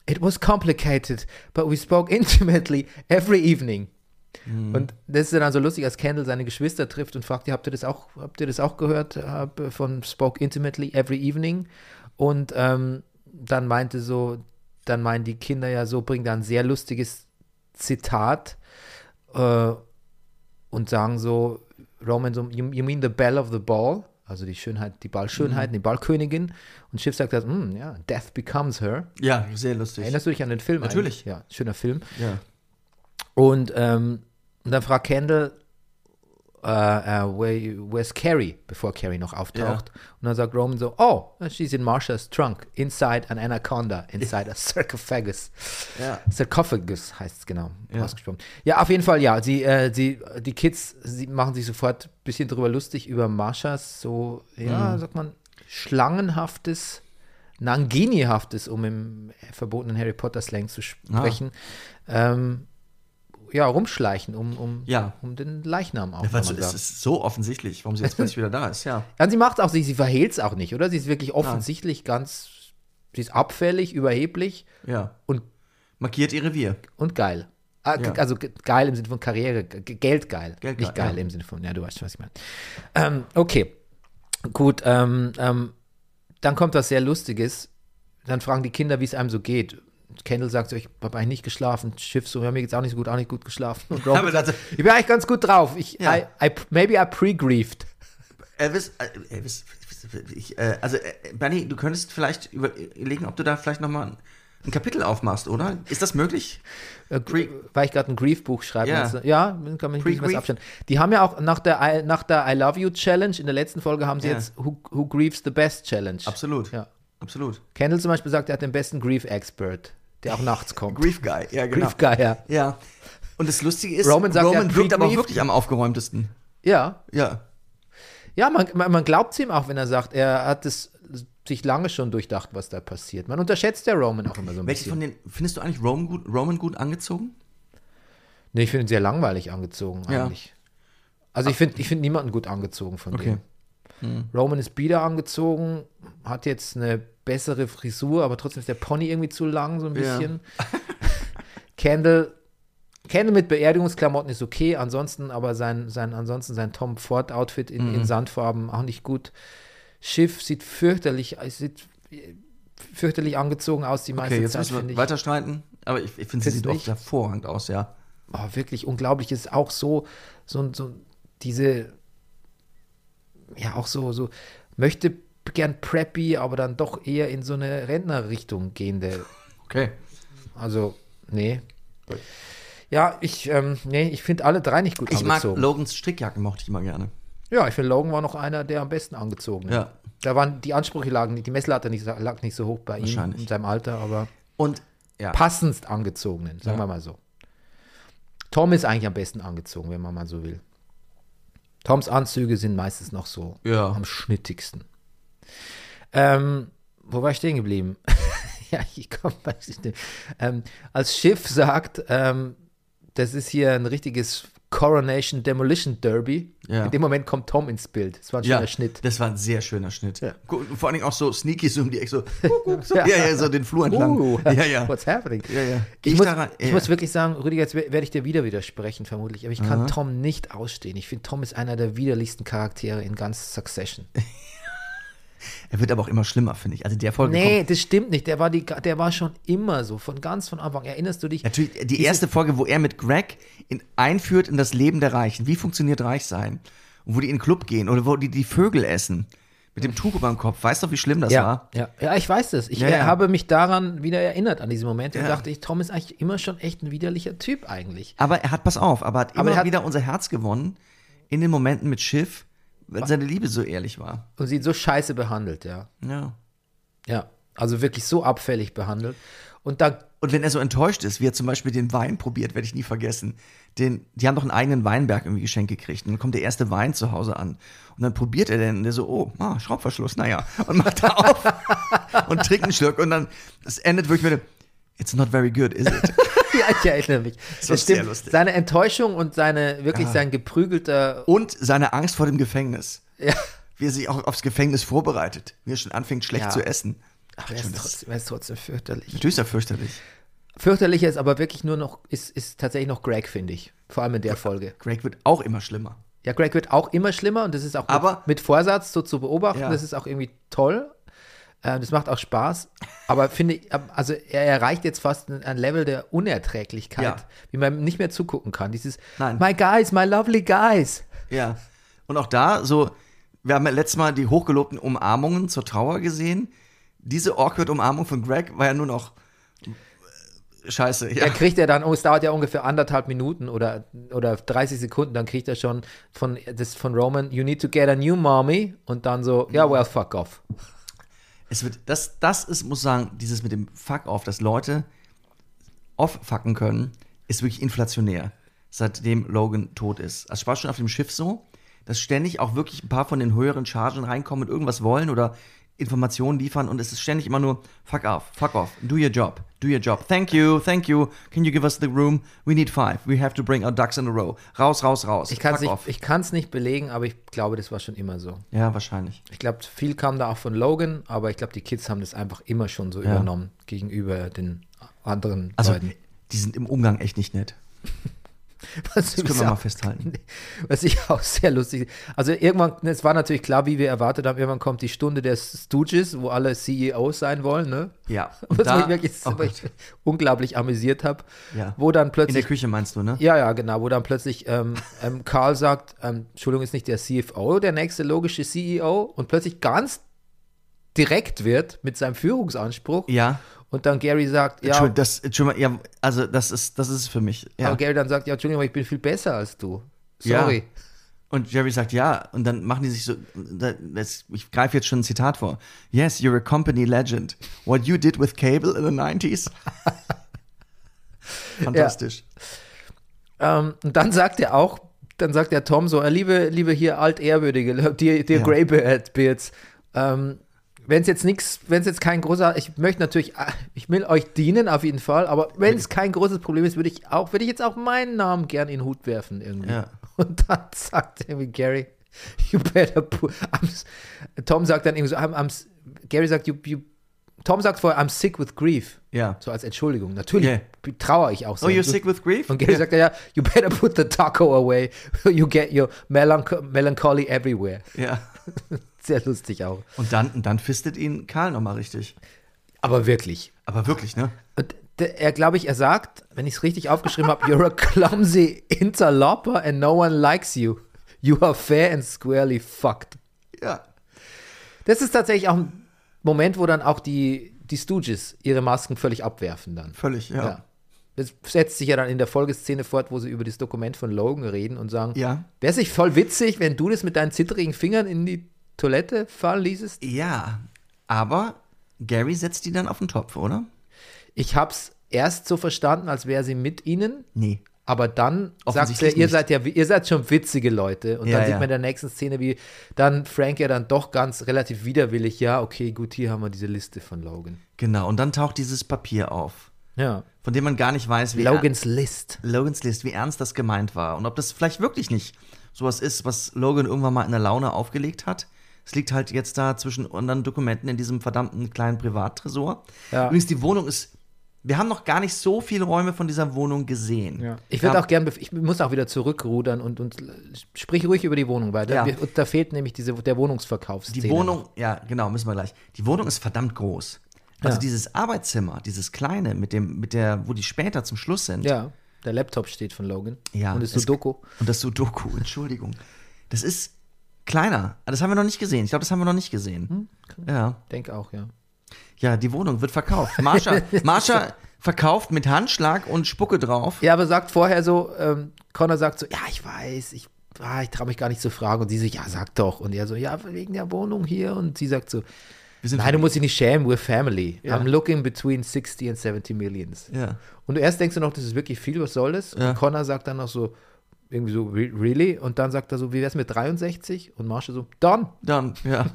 Speaker 1: it was complicated, but we spoke intimately every evening. Und das ist dann so lustig, als Kendall seine Geschwister trifft und fragt, "Ja, habt ihr das auch, habt ihr das auch gehört Hab, äh, von Spoke Intimately Every Evening? Und ähm, dann meinte so, dann meinen die Kinder ja so, bringt da ein sehr lustiges Zitat äh, und sagen so, Roman, so, you, you mean the bell of the ball? Also die Schönheit, die Ballschönheit, die Ballkönigin. Und Schiff sagt das, "Mm, ja, death becomes her.
Speaker 2: Ja, sehr lustig.
Speaker 1: Erinnerst du dich an den Film?
Speaker 2: Natürlich.
Speaker 1: Eigentlich? Ja, schöner Film.
Speaker 2: ja.
Speaker 1: Und, ähm, und dann fragt Kendall, äh, äh, where, you- where's Carrie, bevor Carrie noch auftaucht. Und dann sagt Roman so, oh, she's in Marsha's trunk, inside an anaconda, inside a sarcophagus.
Speaker 2: Ja.
Speaker 1: Sarcophagus heißt es genau,
Speaker 2: Ja.
Speaker 1: ausgesprochen. Ja, auf jeden Fall, ja. Sie, äh, sie, die Kids sie machen sich sofort ein bisschen drüber lustig über Marshas so,
Speaker 2: Mhm.
Speaker 1: ja, sagt man, schlangenhaftes, Nanginihaftes, um im verbotenen Harry Potter-Slang zu sprechen. Ähm, ja, rumschleichen, um, um,
Speaker 2: Ah. Ja.
Speaker 1: um den Leichnam auch.
Speaker 2: Ja,
Speaker 1: kann
Speaker 2: weil so,
Speaker 1: man
Speaker 2: es
Speaker 1: sagen.
Speaker 2: ist so offensichtlich, warum sie jetzt plötzlich wieder da ist. Ja.
Speaker 1: Ja, und sie macht auch, sie, sie verhehlt es auch nicht, oder? Sie ist wirklich offensichtlich ganz, sie ist abfällig, überheblich
Speaker 2: Ja.
Speaker 1: und
Speaker 2: Markiert ihr Revier.
Speaker 1: und geil. Ah,
Speaker 2: Ja.
Speaker 1: ge- Also ge- geil im Sinne von Karriere, ge- ge- Geld geil.
Speaker 2: Geld
Speaker 1: nicht
Speaker 2: geil,
Speaker 1: geil
Speaker 2: ja.
Speaker 1: im Sinne von, ja, du weißt schon, was ich meine. Ähm, okay, gut. Ähm, ähm, dann kommt was sehr Lustiges. Dann fragen die Kinder, wie es einem so geht. Kendall sagt so, ich habe eigentlich nicht geschlafen. Schiff so, ja, mir geht's auch nicht so gut, auch nicht gut geschlafen. Und Robin
Speaker 2: Aber
Speaker 1: sagt,
Speaker 2: das-
Speaker 1: ich bin eigentlich ganz gut drauf. Ich,
Speaker 2: Ja.
Speaker 1: I, I, maybe I pre-grieved.
Speaker 2: Elvis, äh, Elvis, ich, äh, also äh, Bernie, du könntest vielleicht überlegen, ob du da vielleicht nochmal ein, ein Kapitel aufmachst, oder? Ist das möglich?
Speaker 1: Äh,
Speaker 2: Pre-
Speaker 1: weil ich gerade ein Grief-Buch schreibe.
Speaker 2: Ja.
Speaker 1: Also, ja, dann kann man nicht
Speaker 2: Pre-Grief.
Speaker 1: mehr abstellen. Die haben ja auch nach der, I, nach der I Love You Challenge, in der letzten Folge haben sie
Speaker 2: Ja.
Speaker 1: jetzt Who, Who Grieves the Best Challenge.
Speaker 2: Absolut.
Speaker 1: Ja.
Speaker 2: Absolut.
Speaker 1: Kendall zum Beispiel sagt, er hat den besten Grief-Expert, der auch nachts kommt.
Speaker 2: Grief Guy, ja, genau.
Speaker 1: Grief-Guy, ja.
Speaker 2: Ja. Und das Lustige ist,
Speaker 1: Roman sagt, er hat
Speaker 2: wirkt aber auch
Speaker 1: pre-grieved.
Speaker 2: wirklich am aufgeräumtesten.
Speaker 1: Ja,
Speaker 2: Ja.
Speaker 1: ja man, man, man glaubt es ihm auch, wenn er sagt, er hat es sich lange schon durchdacht, was da passiert. Man unterschätzt der Roman auch immer so ein
Speaker 2: Welche
Speaker 1: bisschen.
Speaker 2: von den, findest du eigentlich Roman gut, Roman gut angezogen?
Speaker 1: Nee, ich finde ihn sehr langweilig angezogen
Speaker 2: Ja. Ah.
Speaker 1: eigentlich. Also ich finde ich find niemanden gut angezogen von
Speaker 2: Okay. Hm.
Speaker 1: denen. Roman ist bieder angezogen, hat jetzt eine bessere Frisur, aber trotzdem ist der Pony irgendwie zu lang, so ein
Speaker 2: Ja.
Speaker 1: bisschen. Kendall, Kendall mit Beerdigungsklamotten ist okay, ansonsten aber sein, sein, ansonsten sein Tom Ford-Outfit in,
Speaker 2: Mhm.
Speaker 1: in Sandfarben auch nicht gut. Schiff sieht fürchterlich, es sieht fürchterlich angezogen aus, die meiste
Speaker 2: Okay, jetzt
Speaker 1: Zeit,
Speaker 2: müssen
Speaker 1: finde
Speaker 2: wir
Speaker 1: ich.
Speaker 2: weiter streiten. Aber ich, ich finde, sie
Speaker 1: Findest
Speaker 2: sieht
Speaker 1: du
Speaker 2: auch
Speaker 1: nicht?
Speaker 2: hervorragend aus, ja.
Speaker 1: oh, wirklich unglaublich ist auch so so ein- so diese ja auch so so möchte gern preppy, aber dann doch eher in so eine Rentnerrichtung gehende.
Speaker 2: Okay.
Speaker 1: Also nee, Ja, ich, ähm, nee, ich finde alle drei nicht gut
Speaker 2: Ich mag
Speaker 1: angezogen.
Speaker 2: Logans Strickjacken, mochte ich immer gerne.
Speaker 1: ja, ich finde, Logan war noch einer der am besten angezogenen.
Speaker 2: Ja.
Speaker 1: Da waren die Ansprüche lagen nicht, die Messlatte nicht, lag nicht so hoch bei ihm
Speaker 2: Wahrscheinlich.
Speaker 1: in seinem Alter, aber
Speaker 2: Und ja.
Speaker 1: passendst angezogenen, sagen wir mal so. Tom ist eigentlich am besten angezogen, wenn man mal so will. Toms Anzüge sind meistens noch so
Speaker 2: Ja.
Speaker 1: am schnittigsten. Ähm, wo war ich stehen geblieben? ja, ich komme bei ähm, Als Schiff sagt, ähm, das ist hier ein richtiges Coronation Demolition Derby.
Speaker 2: Ja.
Speaker 1: In dem Moment kommt Tom ins Bild. Das war ein schöner
Speaker 2: ja,
Speaker 1: Schnitt.
Speaker 2: Das war ein sehr schöner Schnitt.
Speaker 1: Ja.
Speaker 2: Gu- Vor allen Dingen auch so sneaky so um die Ecke. So, guck, guck, so. ja. ja, so den Flur entlang.
Speaker 1: Uh,
Speaker 2: ja, ja.
Speaker 1: What's happening?
Speaker 2: Ja, ja.
Speaker 1: Ich,
Speaker 2: Ich
Speaker 1: muss,
Speaker 2: daran-
Speaker 1: ich
Speaker 2: ja.
Speaker 1: muss wirklich sagen, Rüdiger, jetzt werde ich dir wieder widersprechen, vermutlich, aber ich kann Tom nicht ausstehen. Ich finde, Tom ist einer der widerlichsten Charaktere in ganz Succession.
Speaker 2: Er wird aber auch immer schlimmer, finde ich. Also der Folge kommt
Speaker 1: Nee, das stimmt nicht. Der war, die, der war schon immer so, von ganz von Anfang. Erinnerst du dich?
Speaker 2: Natürlich, die erste Folge, wo er mit Greg ihn einführt in das Leben der Reichen. Wie funktioniert Reichsein? Und wo die in den Club gehen oder wo die die Vögel essen. Mit dem Tuch über dem Kopf. Weißt du, wie schlimm das
Speaker 1: ja,
Speaker 2: war?
Speaker 1: ja, ja, ich weiß das. Ich
Speaker 2: Ja,
Speaker 1: äh,
Speaker 2: ja.
Speaker 1: habe mich daran wieder erinnert, an diesen Moment. Und
Speaker 2: Ja.
Speaker 1: dachte ich, Tom ist eigentlich immer schon echt ein widerlicher Typ eigentlich.
Speaker 2: Aber er hat, pass auf, aber hat
Speaker 1: Aber
Speaker 2: immer
Speaker 1: er hat-
Speaker 2: wieder unser Herz gewonnen in den Momenten mit Schiff, wenn seine Liebe so ehrlich war.
Speaker 1: Und sie so scheiße behandelt, ja.
Speaker 2: Ja.
Speaker 1: Ja, also wirklich so abfällig behandelt. Und da
Speaker 2: Und wenn er so enttäuscht ist, wie er zum Beispiel den Wein probiert, werde ich nie vergessen. Den, die haben doch einen eigenen Weinberg irgendwie geschenkt gekriegt. Und dann kommt der erste Wein zu Hause an. Und dann probiert er den und der so, oh, ah, Schraubverschluss, naja. Und macht da auf und trinkt einen Schluck. Und dann, das endet wirklich mit dem, it's not very good, is it?
Speaker 1: Ja, ich erinnere mich. Das
Speaker 2: war sehr
Speaker 1: stimmt.
Speaker 2: lustig. Ah.
Speaker 1: Seine Enttäuschung und seine wirklich sein geprügelter.
Speaker 2: Und seine Angst vor dem Gefängnis.
Speaker 1: Ja,
Speaker 2: Wie er sich auch aufs Gefängnis vorbereitet. Wie er schon anfängt, schlecht
Speaker 1: Ja.
Speaker 2: zu essen.
Speaker 1: Ach, er, ist trotzdem, er ist trotzdem fürchterlich.
Speaker 2: Natürlich ist er fürchterlich.
Speaker 1: Fürchterlicher ist aber wirklich nur noch, ist, ist tatsächlich noch Greg, finde ich. Vor allem in der Folge.
Speaker 2: Greg wird auch immer schlimmer.
Speaker 1: Ja, Greg wird auch immer schlimmer und das ist auch mit,
Speaker 2: Aber-
Speaker 1: mit Vorsatz so zu beobachten.
Speaker 2: Ja.
Speaker 1: Das ist auch irgendwie toll. Äh, Das macht auch Spaß, aber finde ich, ab- also er erreicht jetzt fast ein ein Level der Unerträglichkeit,
Speaker 2: Ja.
Speaker 1: wie man nicht mehr zugucken kann. Dieses
Speaker 2: Nein.
Speaker 1: My guys, my lovely guys.
Speaker 2: Ja. Und auch da, so, wir haben ja letztes Mal die hochgelobten Umarmungen zur Trauer gesehen. Diese awkward Umarmung von Greg war ja nur noch äh, scheiße. Ja.
Speaker 1: Er kriegt er dann, oh, es dauert ja ungefähr anderthalb Minuten oder, oder 30 Sekunden, dann kriegt er schon von, das von Roman, you need to get a new mommy und dann so, ja,
Speaker 2: Mhm.
Speaker 1: well, fuck off.
Speaker 2: Es wird, das, das ist, muss sagen, dieses mit dem Fuck off, dass Leute off-fucken können, ist wirklich inflationär, seitdem Logan tot ist. Also es war schon auf dem Schiff so, dass ständig auch wirklich ein paar von den höheren Chargen reinkommen und irgendwas wollen oder Informationen liefern und es ist ständig immer nur Fuck off, fuck off, do your job, do your job, thank you, thank you, can you give us the room, we need five, we have to bring our ducks in a row, raus, raus, raus,
Speaker 1: Ich kann es
Speaker 2: fuck
Speaker 1: nicht,
Speaker 2: off.
Speaker 1: ich kann's nicht belegen, aber ich glaube, das war schon immer so.
Speaker 2: ja, wahrscheinlich.
Speaker 1: Ich glaube, viel kam da auch von Logan, aber ich glaube, die Kids haben das einfach immer schon so
Speaker 2: Ja.
Speaker 1: übernommen gegenüber den anderen
Speaker 2: Also,
Speaker 1: Leuten.
Speaker 2: die sind im Umgang echt nicht nett.
Speaker 1: Was
Speaker 2: Das können wir mal festhalten.
Speaker 1: Was ich auch sehr lustig. Also irgendwann, es war natürlich klar, wie wir erwartet haben, irgendwann kommt die Stunde der Stooges, wo alle CEOs sein wollen, ne?
Speaker 2: Ja.
Speaker 1: Was
Speaker 2: Da-
Speaker 1: mich wirklich
Speaker 2: oh
Speaker 1: aber ich
Speaker 2: Gott.
Speaker 1: unglaublich amüsiert habe.
Speaker 2: Ja.
Speaker 1: Wo dann
Speaker 2: In der
Speaker 1: plötzlich.
Speaker 2: Küche meinst du, ne?
Speaker 1: Ja, ja, genau, wo dann plötzlich ähm, ähm, Karl sagt, ähm, Entschuldigung, ist nicht der CFO der nächste logische CEO und plötzlich ganz direkt wird mit seinem Führungsanspruch
Speaker 2: Ja.
Speaker 1: und dann Gary sagt, ja,
Speaker 2: Entschuldigung, das, Entschuldigung, ja, also das ist, das ist es für mich. Ja.
Speaker 1: aber Gary dann sagt, ja, Entschuldigung, aber ich bin viel besser als du.
Speaker 2: Ja.
Speaker 1: Sorry.
Speaker 2: Und Jerry sagt ja, und dann machen die sich so, das, ich greife jetzt schon ein Zitat vor. Yes, you're a company legend. What you did with cable in the 90s. Fantastisch.
Speaker 1: Ähm, und dann sagt er auch, dann sagt der Tom so, äh, liebe, liebe hier altehrwürdige, dir, dir
Speaker 2: Ja.
Speaker 1: Greybeard Beards, ähm, wenn es jetzt nichts, wenn es jetzt kein großer, ich möchte natürlich, äh, ich will euch dienen auf jeden Fall, aber wenn es kein großes Problem ist, würde ich auch, würde ich jetzt auch meinen Namen gern in den Hut werfen irgendwie.
Speaker 2: Ja.
Speaker 1: Und dann sagt irgendwie Gary, you better pu- I'm, s- Tom sagt dann irgendwie so, I'm, I'm, s- Gary sagt, you, you, Tom sagt vorher, I'm sick with grief.
Speaker 2: Ja.
Speaker 1: So als Entschuldigung. Natürlich
Speaker 2: Yeah.
Speaker 1: trauere ich auch so.
Speaker 2: Oh, you're
Speaker 1: Du-
Speaker 2: sick with grief?
Speaker 1: und Gary sagt, ja, you better put the taco away. You get your melanch melancholy everywhere.
Speaker 2: Ja.
Speaker 1: Sehr lustig auch.
Speaker 2: Und dann, und dann fistet ihn Karl nochmal richtig.
Speaker 1: Aber wirklich.
Speaker 2: Aber wirklich, ne?
Speaker 1: Und der- er, glaube ich, er sagt, wenn ich es richtig aufgeschrieben habe, you're a clumsy interloper and no one likes you. You are fair and squarely fucked.
Speaker 2: Ja.
Speaker 1: Das ist tatsächlich auch ein Moment, wo dann auch die, die Stooges ihre Masken völlig abwerfen dann.
Speaker 2: Völlig, ja.
Speaker 1: es setzt sich ja dann in der Folgeszene fort, wo sie über das Dokument von Logan reden und sagen,
Speaker 2: Ja.
Speaker 1: wäre es nicht voll witzig, wenn du das mit deinen zittrigen Fingern in die Toilette fallen ließest?
Speaker 2: Ja, aber Gary setzt die dann auf den Topf, oder?
Speaker 1: Ich hab's erst so verstanden, als wäre sie mit ihnen,
Speaker 2: Nee.
Speaker 1: aber dann sagt
Speaker 2: Offensichtlich
Speaker 1: er, ihr
Speaker 2: nicht.
Speaker 1: seid ja, ihr seid schon witzige Leute. Und
Speaker 2: Ja,
Speaker 1: dann sieht
Speaker 2: ja.
Speaker 1: man in der nächsten Szene, wie dann Frank ja dann doch ganz relativ widerwillig, ja, okay, gut, hier haben wir diese Liste von Logan.
Speaker 2: Genau, und dann taucht dieses Papier auf,
Speaker 1: Ja.
Speaker 2: von dem man gar nicht weiß, wie
Speaker 1: Logans List.
Speaker 2: Logans List, wie ernst das gemeint war und ob das vielleicht wirklich nicht sowas ist, was Logan irgendwann mal in der Laune aufgelegt hat. Es liegt halt jetzt da zwischen anderen Dokumenten in diesem verdammten kleinen Privattresor.
Speaker 1: Ja.
Speaker 2: Übrigens, die Wohnung ist. Wir haben noch gar nicht so viele Räume von dieser Wohnung gesehen.
Speaker 1: Ich würde
Speaker 2: Ja.
Speaker 1: auch gern, bef- ich muss auch wieder zurückrudern und, und sprich ruhig über die Wohnung weiter.
Speaker 2: Ja.
Speaker 1: Wir, und da fehlt nämlich diese, der Wohnungsverkaufsszene.
Speaker 2: Die Wohnung, ja, genau, müssen wir gleich. Die Wohnung ist verdammt groß. Also
Speaker 1: Ja.
Speaker 2: dieses Arbeitszimmer, dieses kleine, mit dem, mit der, wo die später zum Schluss sind.
Speaker 1: Ja, der Laptop steht von Logan.
Speaker 2: Ja,
Speaker 1: Und ist
Speaker 2: es-
Speaker 1: Sudoku.
Speaker 2: Und das Sudoku, Entschuldigung. Das ist kleiner. Das haben wir noch nicht gesehen. Ich glaube, das haben wir noch nicht
Speaker 1: Hm,
Speaker 2: gesehen. Ja.
Speaker 1: Denk auch, ja.
Speaker 2: Ja, die Wohnung wird verkauft. Marsha, Marsha verkauft mit Handschlag und Spucke drauf.
Speaker 1: Ja, aber sagt vorher so, ähm, Connor sagt so, ja, ich weiß, ich, ah, ich traue mich gar nicht zu fragen. Und sie so, ja, sag doch. Und er so, ja, wegen der Wohnung hier. Und sie sagt so,
Speaker 2: Wir sind
Speaker 1: nein, du musst dich nicht schämen, we're family.
Speaker 2: Ja.
Speaker 1: I'm looking between 60 and 70 millions.
Speaker 2: Ja.
Speaker 1: Und erst denkst du noch, das ist wirklich viel, was soll das?
Speaker 2: Ja.
Speaker 1: Und Connor sagt dann noch so, irgendwie so, "Re- really? Und dann sagt er so, wie wär's mit 63? Und Marsha so, done.
Speaker 2: Dann, ja,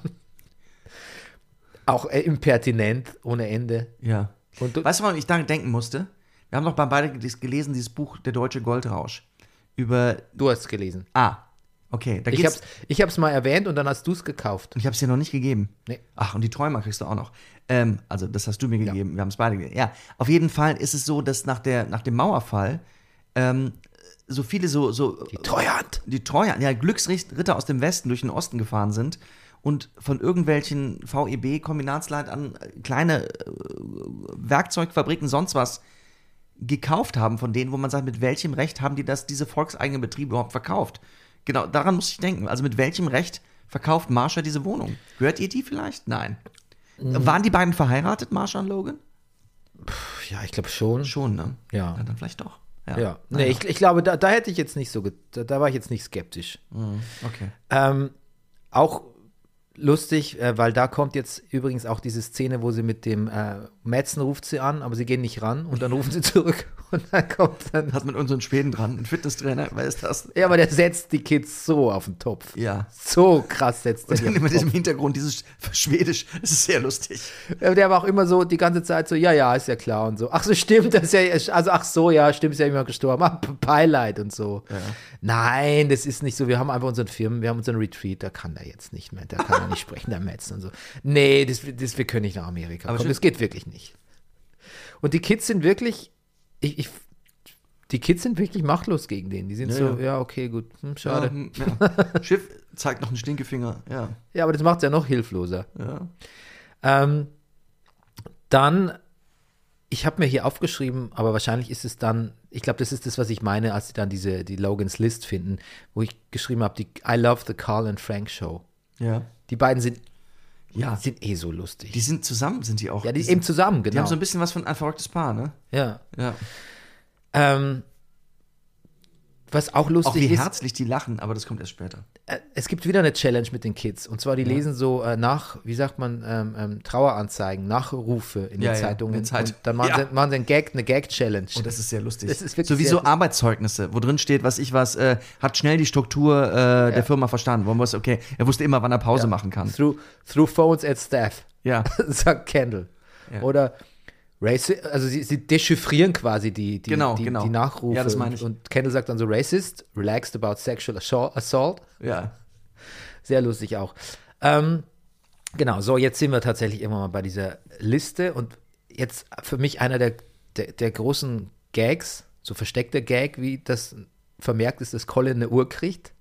Speaker 1: Auch äh, impertinent, ohne Ende.
Speaker 2: ja.
Speaker 1: Und du,
Speaker 2: Weißt du, warum ich daran denken musste? Wir haben doch mal beide ges- gelesen, dieses Buch Der deutsche Goldrausch. Über.
Speaker 1: du hast es gelesen.
Speaker 2: Ah, okay. Da
Speaker 1: Ich
Speaker 2: geht's-
Speaker 1: hab's, ich hab's mal erwähnt und dann hast du es gekauft.
Speaker 2: Und ich habe es dir noch nicht gegeben.
Speaker 1: Nee.
Speaker 2: Ach, und die Träumer kriegst du auch noch. Ähm, also, das hast du mir gegeben. Wir haben es beide gegeben. Ja, auf jeden Fall ist es so, dass nach, der, nach dem Mauerfall ähm, so viele so, so
Speaker 1: Die Treuhand.
Speaker 2: die Treuer, ja, Glücksritter aus dem Westen durch den Osten gefahren sind und von irgendwelchen VEB-Kombinatsleitern äh, kleine äh, Werkzeugfabriken, sonst was gekauft haben von denen, wo man sagt, mit welchem Recht haben die das, diese volkseigenen Betriebe überhaupt verkauft? Genau, daran muss ich denken. Also mit welchem Recht verkauft Marsha diese Wohnung? Hört ihr die vielleicht? Nein.
Speaker 1: Mhm.
Speaker 2: Waren die beiden verheiratet, Marsha und Logan?
Speaker 1: Ja, ich glaube schon.
Speaker 2: Schon, ne?
Speaker 1: Ja.
Speaker 2: Na, dann vielleicht doch.
Speaker 1: Ja, nee, ich, ich glaube, da, da hätte ich jetzt nicht so, ge- da, da war ich jetzt nicht skeptisch.
Speaker 2: Okay.
Speaker 1: Ähm, auch lustig, äh, weil da kommt jetzt übrigens auch diese Szene, wo sie mit dem äh, Metzen ruft sie an, aber sie gehen nicht ran und dann rufen sie zurück und dann kommt dann.
Speaker 2: Hat mit unseren Schweden dran, ein Fitnesstrainer, wer ist das?
Speaker 1: Ja, aber der setzt die Kids so auf den Topf.
Speaker 2: Ja.
Speaker 1: So krass setzt er die
Speaker 2: Und
Speaker 1: auf
Speaker 2: dann
Speaker 1: den
Speaker 2: mit
Speaker 1: Topf.
Speaker 2: diesem Hintergrund, dieses Schwedisch, das ist sehr lustig.
Speaker 1: Ja, Der war auch immer so die ganze Zeit so, ja, ja, ist ja klar und so. Ach so, stimmt, das ist ja, also ach so, ja, stimmt, ist ja jemand gestorben. Ah, P- Beileid und so. Nein, das ist nicht so. Wir haben einfach unseren Firmen, wir haben unseren Retreat, da kann der jetzt nicht mehr, da kann er nicht sprechen, der Metzen und so. Nee, das, das, wir können nicht nach Amerika
Speaker 2: Aber
Speaker 1: kommen,
Speaker 2: stimmt.
Speaker 1: das geht wirklich nicht. Und die Kids sind wirklich, ich, ich, die Kids sind wirklich machtlos gegen den. Die sind so, ja,
Speaker 2: ja.
Speaker 1: okay, gut, hm, schade.
Speaker 2: Ähm, ja. Schiff zeigt noch einen Stinkefinger, ja.
Speaker 1: Ja, aber das macht es ja noch hilfloser.
Speaker 2: ja.
Speaker 1: Ähm, dann, ich habe mir hier aufgeschrieben, aber wahrscheinlich ist es dann, ich glaube, das ist das, was ich meine, als sie dann diese, die Logans List finden, wo ich geschrieben habe, die I love the Carl and Frank Show.
Speaker 2: Ja.
Speaker 1: Die beiden sind,
Speaker 2: Ja.
Speaker 1: sind eh so lustig.
Speaker 2: Die sind zusammen, sind die auch.
Speaker 1: ja, die,
Speaker 2: sind,
Speaker 1: eben zusammen,
Speaker 2: die
Speaker 1: genau.
Speaker 2: haben so ein bisschen was von ein verrücktes Paar, ne?
Speaker 1: ja.
Speaker 2: Ja.
Speaker 1: ähm, was auch
Speaker 2: Auch
Speaker 1: lustig
Speaker 2: wie
Speaker 1: ist,
Speaker 2: herzlich die lachen, aber das kommt erst später.
Speaker 1: äh, es gibt wieder eine Challenge mit den Kids. Und zwar, die lesen so äh, nach, wie sagt man, ähm, ähm, Traueranzeigen, Nachrufe in den
Speaker 2: Ja, ja,
Speaker 1: Zeitungen.
Speaker 2: in den Zeit-
Speaker 1: und dann machen,
Speaker 2: Ja.
Speaker 1: sie, machen sie einen Gag, eine Gag-Challenge.
Speaker 2: Und das ist sehr lustig.
Speaker 1: Das ist wirklich
Speaker 2: so wie
Speaker 1: sehr
Speaker 2: so
Speaker 1: lustig.
Speaker 2: Arbeitszeugnisse, wo drin steht, was ich was, äh, hat schnell die Struktur äh, der Firma verstanden. Wollen wir es, okay. Er wusste immer, wann er Pause machen kann.
Speaker 1: Mhm. Through, through phones at staff,
Speaker 2: Ja.
Speaker 1: sagt Kendall.
Speaker 2: Ja.
Speaker 1: Oder Racist, also sie, sie dechiffrieren quasi die, die,
Speaker 2: Genau,
Speaker 1: die,
Speaker 2: genau.
Speaker 1: die Nachrufe.
Speaker 2: Ja, das meine ich.
Speaker 1: Und, und Kendall sagt dann so Racist, relaxed about sexual assau- assault.
Speaker 2: Ja.
Speaker 1: Sehr lustig auch. Ähm, genau, so jetzt sind wir tatsächlich immer mal bei dieser Liste und jetzt für mich einer der, der, der großen Gags, so versteckter Gag, wie das vermerkt ist, dass Colin eine Uhr kriegt.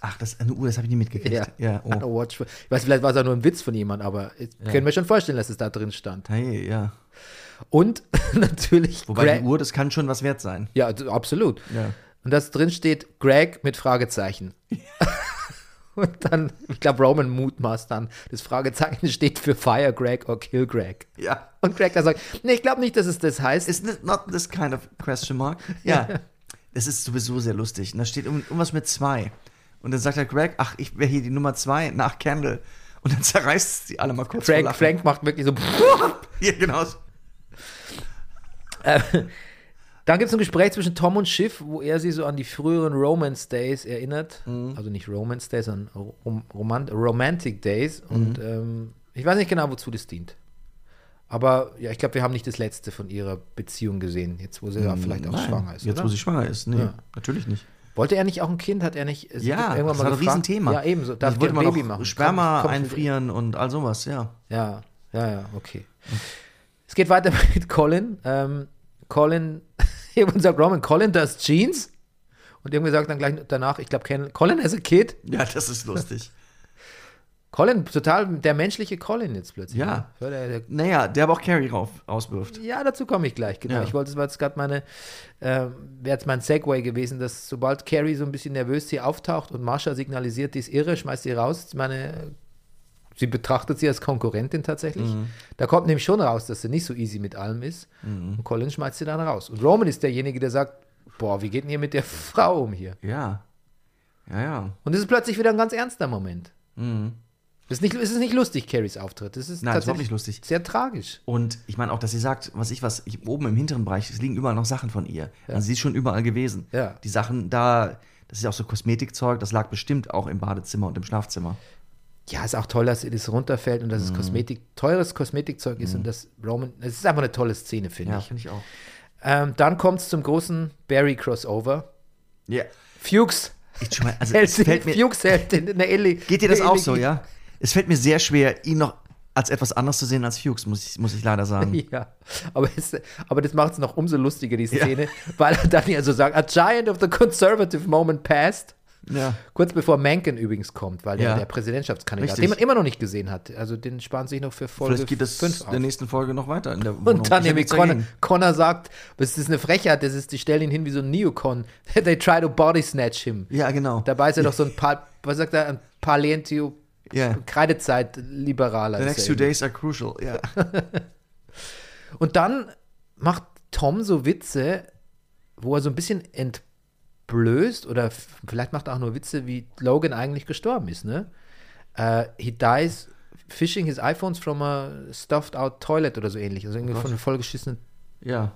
Speaker 2: Ach, das ist eine Uhr, das habe ich nie mitgekriegt. ja
Speaker 1: An a
Speaker 2: oh.
Speaker 1: watch for- Ich weiß, vielleicht war es auch nur ein Witz von jemand, aber ich können mir schon vorstellen, dass es da drin stand.
Speaker 2: Hey, ja.
Speaker 1: Und natürlich.
Speaker 2: Wobei
Speaker 1: Greg,
Speaker 2: die Uhr, das kann schon was wert sein.
Speaker 1: Ja, d- absolut.
Speaker 2: Ja.
Speaker 1: Und das drin steht Greg mit Fragezeichen. Und dann, ich glaube, Roman mutmaßt dann, das Fragezeichen steht für Fire Greg or Kill Greg.
Speaker 2: Ja.
Speaker 1: Und Greg dann sagt, nee, ich glaube nicht, dass es das heißt.
Speaker 2: Isn't it not this kind of question mark? Ja. Das ist sowieso sehr lustig. Und da steht irgend- irgendwas mit zwei. Und dann sagt der Greg, ach, ich wäre hier die Nummer zwei nach Candle. Und dann zerreißt sie alle mal kurz. vor
Speaker 1: Frank,
Speaker 2: Lachen.
Speaker 1: Frank macht wirklich so.
Speaker 2: Ja, genau.
Speaker 1: Dann gibt es ein Gespräch zwischen Tom und Schiff, wo er sie so an die früheren Romance Days erinnert.
Speaker 2: Mhm.
Speaker 1: Also nicht Romance Days, sondern Rom Roman Romantic Days. Und
Speaker 2: Mhm.
Speaker 1: ähm, ich weiß nicht genau, wozu das dient. Aber ja, ich glaube, wir haben nicht das letzte von ihrer Beziehung gesehen, jetzt wo sie ja vielleicht auch
Speaker 2: Mm, Nein,
Speaker 1: schwanger ist.
Speaker 2: Jetzt,
Speaker 1: oder?
Speaker 2: wo sie schwanger ist. Nee,
Speaker 1: Ja.
Speaker 2: natürlich nicht.
Speaker 1: Wollte er nicht auch ein Kind? Hat er nicht sie
Speaker 2: Ja,
Speaker 1: hat
Speaker 2: das war ein
Speaker 1: gefragt?
Speaker 2: Riesenthema.
Speaker 1: Ja, ebenso. Darf
Speaker 2: Das
Speaker 1: der
Speaker 2: wollte
Speaker 1: ein
Speaker 2: man
Speaker 1: Baby
Speaker 2: auch
Speaker 1: machen?
Speaker 2: Sperma
Speaker 1: Komm, komm,
Speaker 2: einfrieren und all sowas, ja.
Speaker 1: Ja, ja, ja, okay. Es geht weiter mit Colin. Ähm, Colin, jemand sagt Roman, Colin does Jeans. Und irgendwie sagt dann gleich danach, ich glaube, Colin has a kid.
Speaker 2: Ja, das ist lustig.
Speaker 1: Colin, total der menschliche Colin jetzt plötzlich.
Speaker 2: Ja.
Speaker 1: ne? So Der, der,
Speaker 2: naja, der aber auch Carrie rauf, rauswirft.
Speaker 1: ja, dazu komme ich gleich, genau.
Speaker 2: Ja.
Speaker 1: Ich wollte, es war jetzt gerade meine, ähm, wäre jetzt mein Segway gewesen, dass sobald Carrie so ein bisschen nervös hier auftaucht und Marsha signalisiert, die ist irre, schmeißt sie raus. Ich meine, sie betrachtet sie als Konkurrentin tatsächlich.
Speaker 2: Mhm.
Speaker 1: Da kommt nämlich schon raus, dass sie nicht so easy mit allem ist.
Speaker 2: Mhm.
Speaker 1: Und Colin schmeißt sie dann raus. Und Roman ist derjenige, der sagt, boah, wie geht denn ihr mit der Frau um hier?
Speaker 2: Ja. Ja, ja.
Speaker 1: Und es ist plötzlich wieder ein ganz ernster Moment.
Speaker 2: Mhm.
Speaker 1: Es ist nicht, es ist nicht lustig, Carries Auftritt. Es ist
Speaker 2: Nein, das ist überhaupt
Speaker 1: tatsächlich
Speaker 2: nicht lustig.
Speaker 1: sehr tragisch.
Speaker 2: Und ich meine auch, dass sie sagt, was ich was, ich, oben im hinteren Bereich, es liegen überall noch Sachen von ihr. Also sie ist schon überall gewesen.
Speaker 1: Ja.
Speaker 2: Die Sachen da, das ist ja auch so Kosmetikzeug, das lag bestimmt auch im Badezimmer und im Schlafzimmer.
Speaker 1: Ja, ist auch toll, dass ihr das runterfällt und dass
Speaker 2: Mhm.
Speaker 1: es Kosmetik, teures Kosmetikzeug ist und dass Roman. Es ist einfach eine tolle Szene, finde ich.
Speaker 2: ich auch.
Speaker 1: Ähm, dann kommt es zum großen Barry-Crossover.
Speaker 2: Ja.
Speaker 1: Fuchs
Speaker 2: Ich schon mal, also
Speaker 1: hält,
Speaker 2: es
Speaker 1: sie,
Speaker 2: fällt mir,
Speaker 1: Fuchs hält in der Ellie.
Speaker 2: geht dir das auch so, ja? Es fällt mir sehr schwer, ihn noch als etwas anderes zu sehen als Fuchs, muss ich, muss ich leider sagen.
Speaker 1: Ja, aber, es, aber das macht es noch umso lustiger, die Szene, weil er dann ja so sagt: A giant of the conservative moment passed.
Speaker 2: Ja.
Speaker 1: Kurz bevor Mencken übrigens kommt, weil
Speaker 2: Ja.
Speaker 1: der, der Präsidentschaftskandidat,
Speaker 2: Richtig.
Speaker 1: den man immer noch nicht gesehen hat. Also den sparen sich noch für Folge
Speaker 2: Vielleicht geht das
Speaker 1: fünf
Speaker 2: in
Speaker 1: auf.
Speaker 2: der nächsten Folge noch weiter in der Wohnung.
Speaker 1: Und dann
Speaker 2: Ich hab
Speaker 1: nämlich
Speaker 2: nichts
Speaker 1: Connor,
Speaker 2: dagegen.
Speaker 1: Connor sagt, das ist eine Frechheit, das ist, die stellen ihn hin wie so ein Neocon. They try to body snatch him.
Speaker 2: Ja, genau.
Speaker 1: Dabei ist er doch so ein paar, was sagt er, ein Palentio,
Speaker 2: Ja.
Speaker 1: Kreidezeit-Liberaler.
Speaker 2: The
Speaker 1: ist
Speaker 2: next
Speaker 1: er
Speaker 2: two
Speaker 1: irgendwie.
Speaker 2: days are crucial. Ja.
Speaker 1: Und dann macht Tom so Witze, wo er so ein bisschen entblößt oder f- vielleicht macht er auch nur Witze, wie Logan eigentlich gestorben ist, ne? Äh, he dies fishing his iPhones from a stuffed out toilet oder so ähnlich. Also
Speaker 2: Oh
Speaker 1: irgendwie von einem vollgeschissenen
Speaker 2: ja.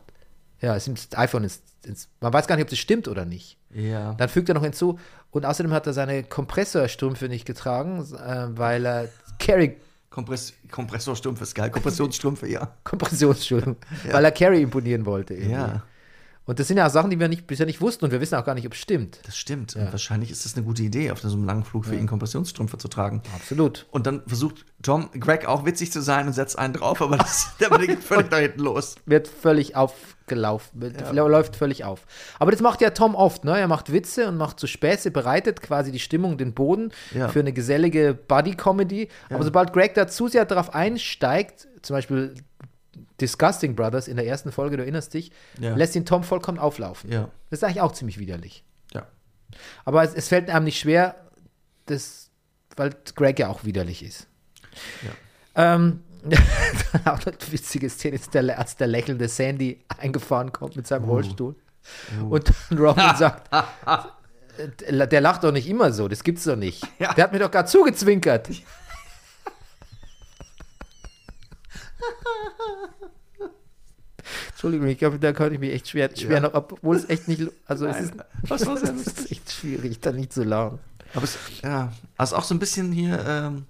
Speaker 1: Ja, es ist das iPhone ist, ist. Man weiß gar nicht, ob das stimmt oder nicht.
Speaker 2: Ja.
Speaker 1: Dann fügt er noch hinzu, und außerdem hat er seine Kompressorstrümpfe nicht getragen, äh, weil er Carrie
Speaker 2: Kompress Kompressorstrümpfe ist geil. Kompressionsstrümpfe, ja.
Speaker 1: Kompressionsstrümpfe, weil er Carrie imponieren wollte. irgendwie.
Speaker 2: Ja.
Speaker 1: Und das sind ja auch Sachen, die wir nicht, bisher nicht wussten und wir wissen auch gar nicht, ob es stimmt.
Speaker 2: Das stimmt. Und wahrscheinlich ist das eine gute Idee, auf so einem langen Flug für ihn Kompressionsstrümpfe zu tragen.
Speaker 1: Absolut.
Speaker 2: Und dann versucht Tom, Greg auch witzig zu sein und setzt einen drauf, aber das, der Mann geht völlig da hinten los.
Speaker 1: Wird völlig aufgelaufen, wird- läuft völlig auf. Aber das macht ja Tom oft, ne? Er macht Witze und macht so Späße, bereitet quasi die Stimmung, den Boden
Speaker 2: Ja.
Speaker 1: für eine gesellige Buddy-Comedy. Aber sobald Greg dazu sehr darauf einsteigt, zum Beispiel Disgusting Brothers in der ersten Folge, du erinnerst dich,
Speaker 2: Ja.
Speaker 1: lässt ihn Tom vollkommen auflaufen.
Speaker 2: Ja.
Speaker 1: Das ist eigentlich auch ziemlich widerlich.
Speaker 2: Ja.
Speaker 1: Aber es, es fällt einem nicht schwer, das, weil Greg ja auch widerlich ist. Ähm, auch eine witzige Szene ist, der, als der lächelnde Sandy eingefahren kommt mit seinem Rollstuhl. Und dann Robin sagt, äh, der lacht doch nicht immer so, das gibt's doch nicht.
Speaker 2: Ja.
Speaker 1: Der hat mir doch gerade zugezwinkert. Entschuldigung, ich glaube, da könnte ich mich echt schwer, schwer noch, obwohl es echt nicht, also es ist,
Speaker 2: Was war
Speaker 1: es ist echt schwierig, da nicht zu lachen.
Speaker 2: Aber es, ja. Also auch so ein bisschen hier, ähm,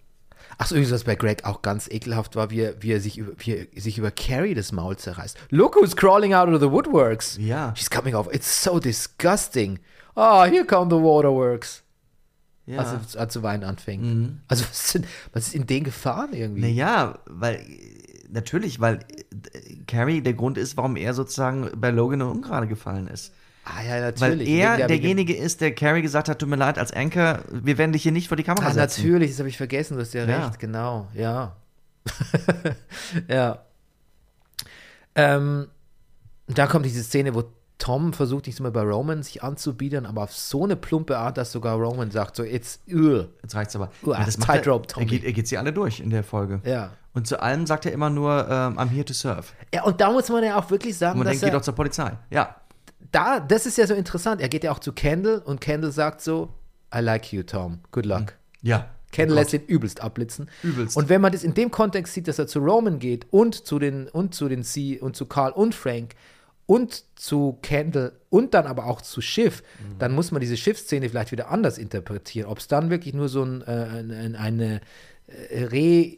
Speaker 1: Ach so, übrigens, was bei Greg auch ganz ekelhaft war, wie er, wie er, sich, über, wie er sich über Carrie das Maul zerreißt. Look who's crawling out of the woodworks.
Speaker 2: Ja.
Speaker 1: She's coming off. It's so disgusting. Ah, here come the waterworks.
Speaker 2: ja. Mhm.
Speaker 1: Also, als er zu weinen anfängt. Also, was ist, denn, was ist in den Gefahren irgendwie?
Speaker 2: Naja, weil äh, natürlich, weil äh, Carrie der Grund ist, warum er sozusagen bei Logan in Ungrade gefallen ist.
Speaker 1: Ah, ja,
Speaker 2: Weil
Speaker 1: natürlich.
Speaker 2: er
Speaker 1: Wegen der- wegen-
Speaker 2: derjenige ist, der Carrie gesagt hat, tut mir leid, als Anchor, wir werden dich hier nicht vor die Kamera
Speaker 1: Ah,
Speaker 2: setzen.
Speaker 1: natürlich, das habe ich vergessen, du hast ja,
Speaker 2: Ja.
Speaker 1: recht, genau, ja. ja. Ähm, da kommt diese Szene, wo Tom versucht nicht immer bei Roman sich anzubiedern, aber auf so eine plumpe Art, dass sogar Roman sagt, so it's ugh.
Speaker 2: Jetzt reicht's aber.
Speaker 1: Uah,
Speaker 2: Ja, macht
Speaker 1: Tightrope,
Speaker 2: er, er,
Speaker 1: Tommy.
Speaker 2: geht, er geht sie alle durch in der Folge.
Speaker 1: Ja.
Speaker 2: Und zu allem sagt er immer nur, ähm, I'm here to serve.
Speaker 1: ja. Und da muss man ja auch wirklich sagen,
Speaker 2: Und man
Speaker 1: dass
Speaker 2: denkt, geh
Speaker 1: er,
Speaker 2: doch zur Polizei. Ja.
Speaker 1: da, das ist ja so interessant. Er geht ja auch zu Kendall und Kendall sagt so, I like you, Tom. Good luck.
Speaker 2: Hm. Ja.
Speaker 1: Kendall lässt ihn übelst abblitzen.
Speaker 2: Übelst.
Speaker 1: Und wenn man das in dem Kontext sieht, dass er zu Roman geht und zu den und zu den Sie und zu Carl und Frank und zu Kendall und dann aber auch zu Schiff, dann muss man diese Schiff-Szene vielleicht wieder anders interpretieren. Ob es dann wirklich nur so ein, äh, ein, ein, eine äh, Re,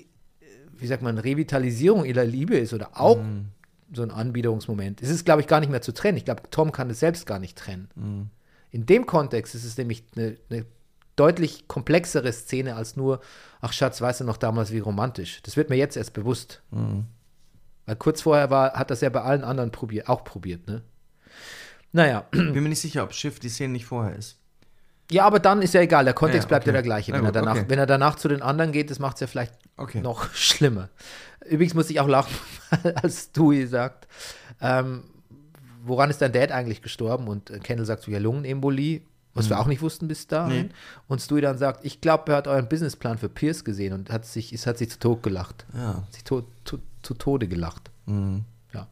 Speaker 1: wie sagt man, Revitalisierung ihrer Liebe ist oder auch so ein Anbiederungsmoment. Es ist, glaube ich, gar nicht mehr zu trennen. Ich glaube, Tom kann es selbst gar nicht trennen. In dem Kontext ist es nämlich eine, eine deutlich komplexere Szene als nur, ach Schatz, weißt du noch damals, wie romantisch. Das wird mir jetzt erst bewusst. Weil kurz vorher war, hat das ja bei allen anderen probiert, auch probiert, ne? Naja,
Speaker 2: Bin mir nicht sicher, ob Schiff die Szene nicht vorher ist.
Speaker 1: ja, aber dann ist ja egal, der Kontext
Speaker 2: Ja,
Speaker 1: bleibt ja
Speaker 2: okay.
Speaker 1: der gleiche.
Speaker 2: Na
Speaker 1: Wenn,
Speaker 2: gut,
Speaker 1: er danach,
Speaker 2: okay.
Speaker 1: wenn er danach zu den anderen geht, das macht es ja vielleicht
Speaker 2: Okay.
Speaker 1: noch schlimmer. Übrigens muss ich auch lachen, als Dewey sagt, ähm, woran ist dein Dad eigentlich gestorben? Und äh, Kendall sagt so, ja, Lungenembolie, was wir auch nicht wussten bis dahin.
Speaker 2: Hm. Nee.
Speaker 1: Und Stewie dann sagt, ich glaube, er hat euren Businessplan für Pierce gesehen und hat sich, es hat sich zu Tod gelacht.
Speaker 2: Ja. Hm.
Speaker 1: Sich to, to, zu Tode gelacht. Ja.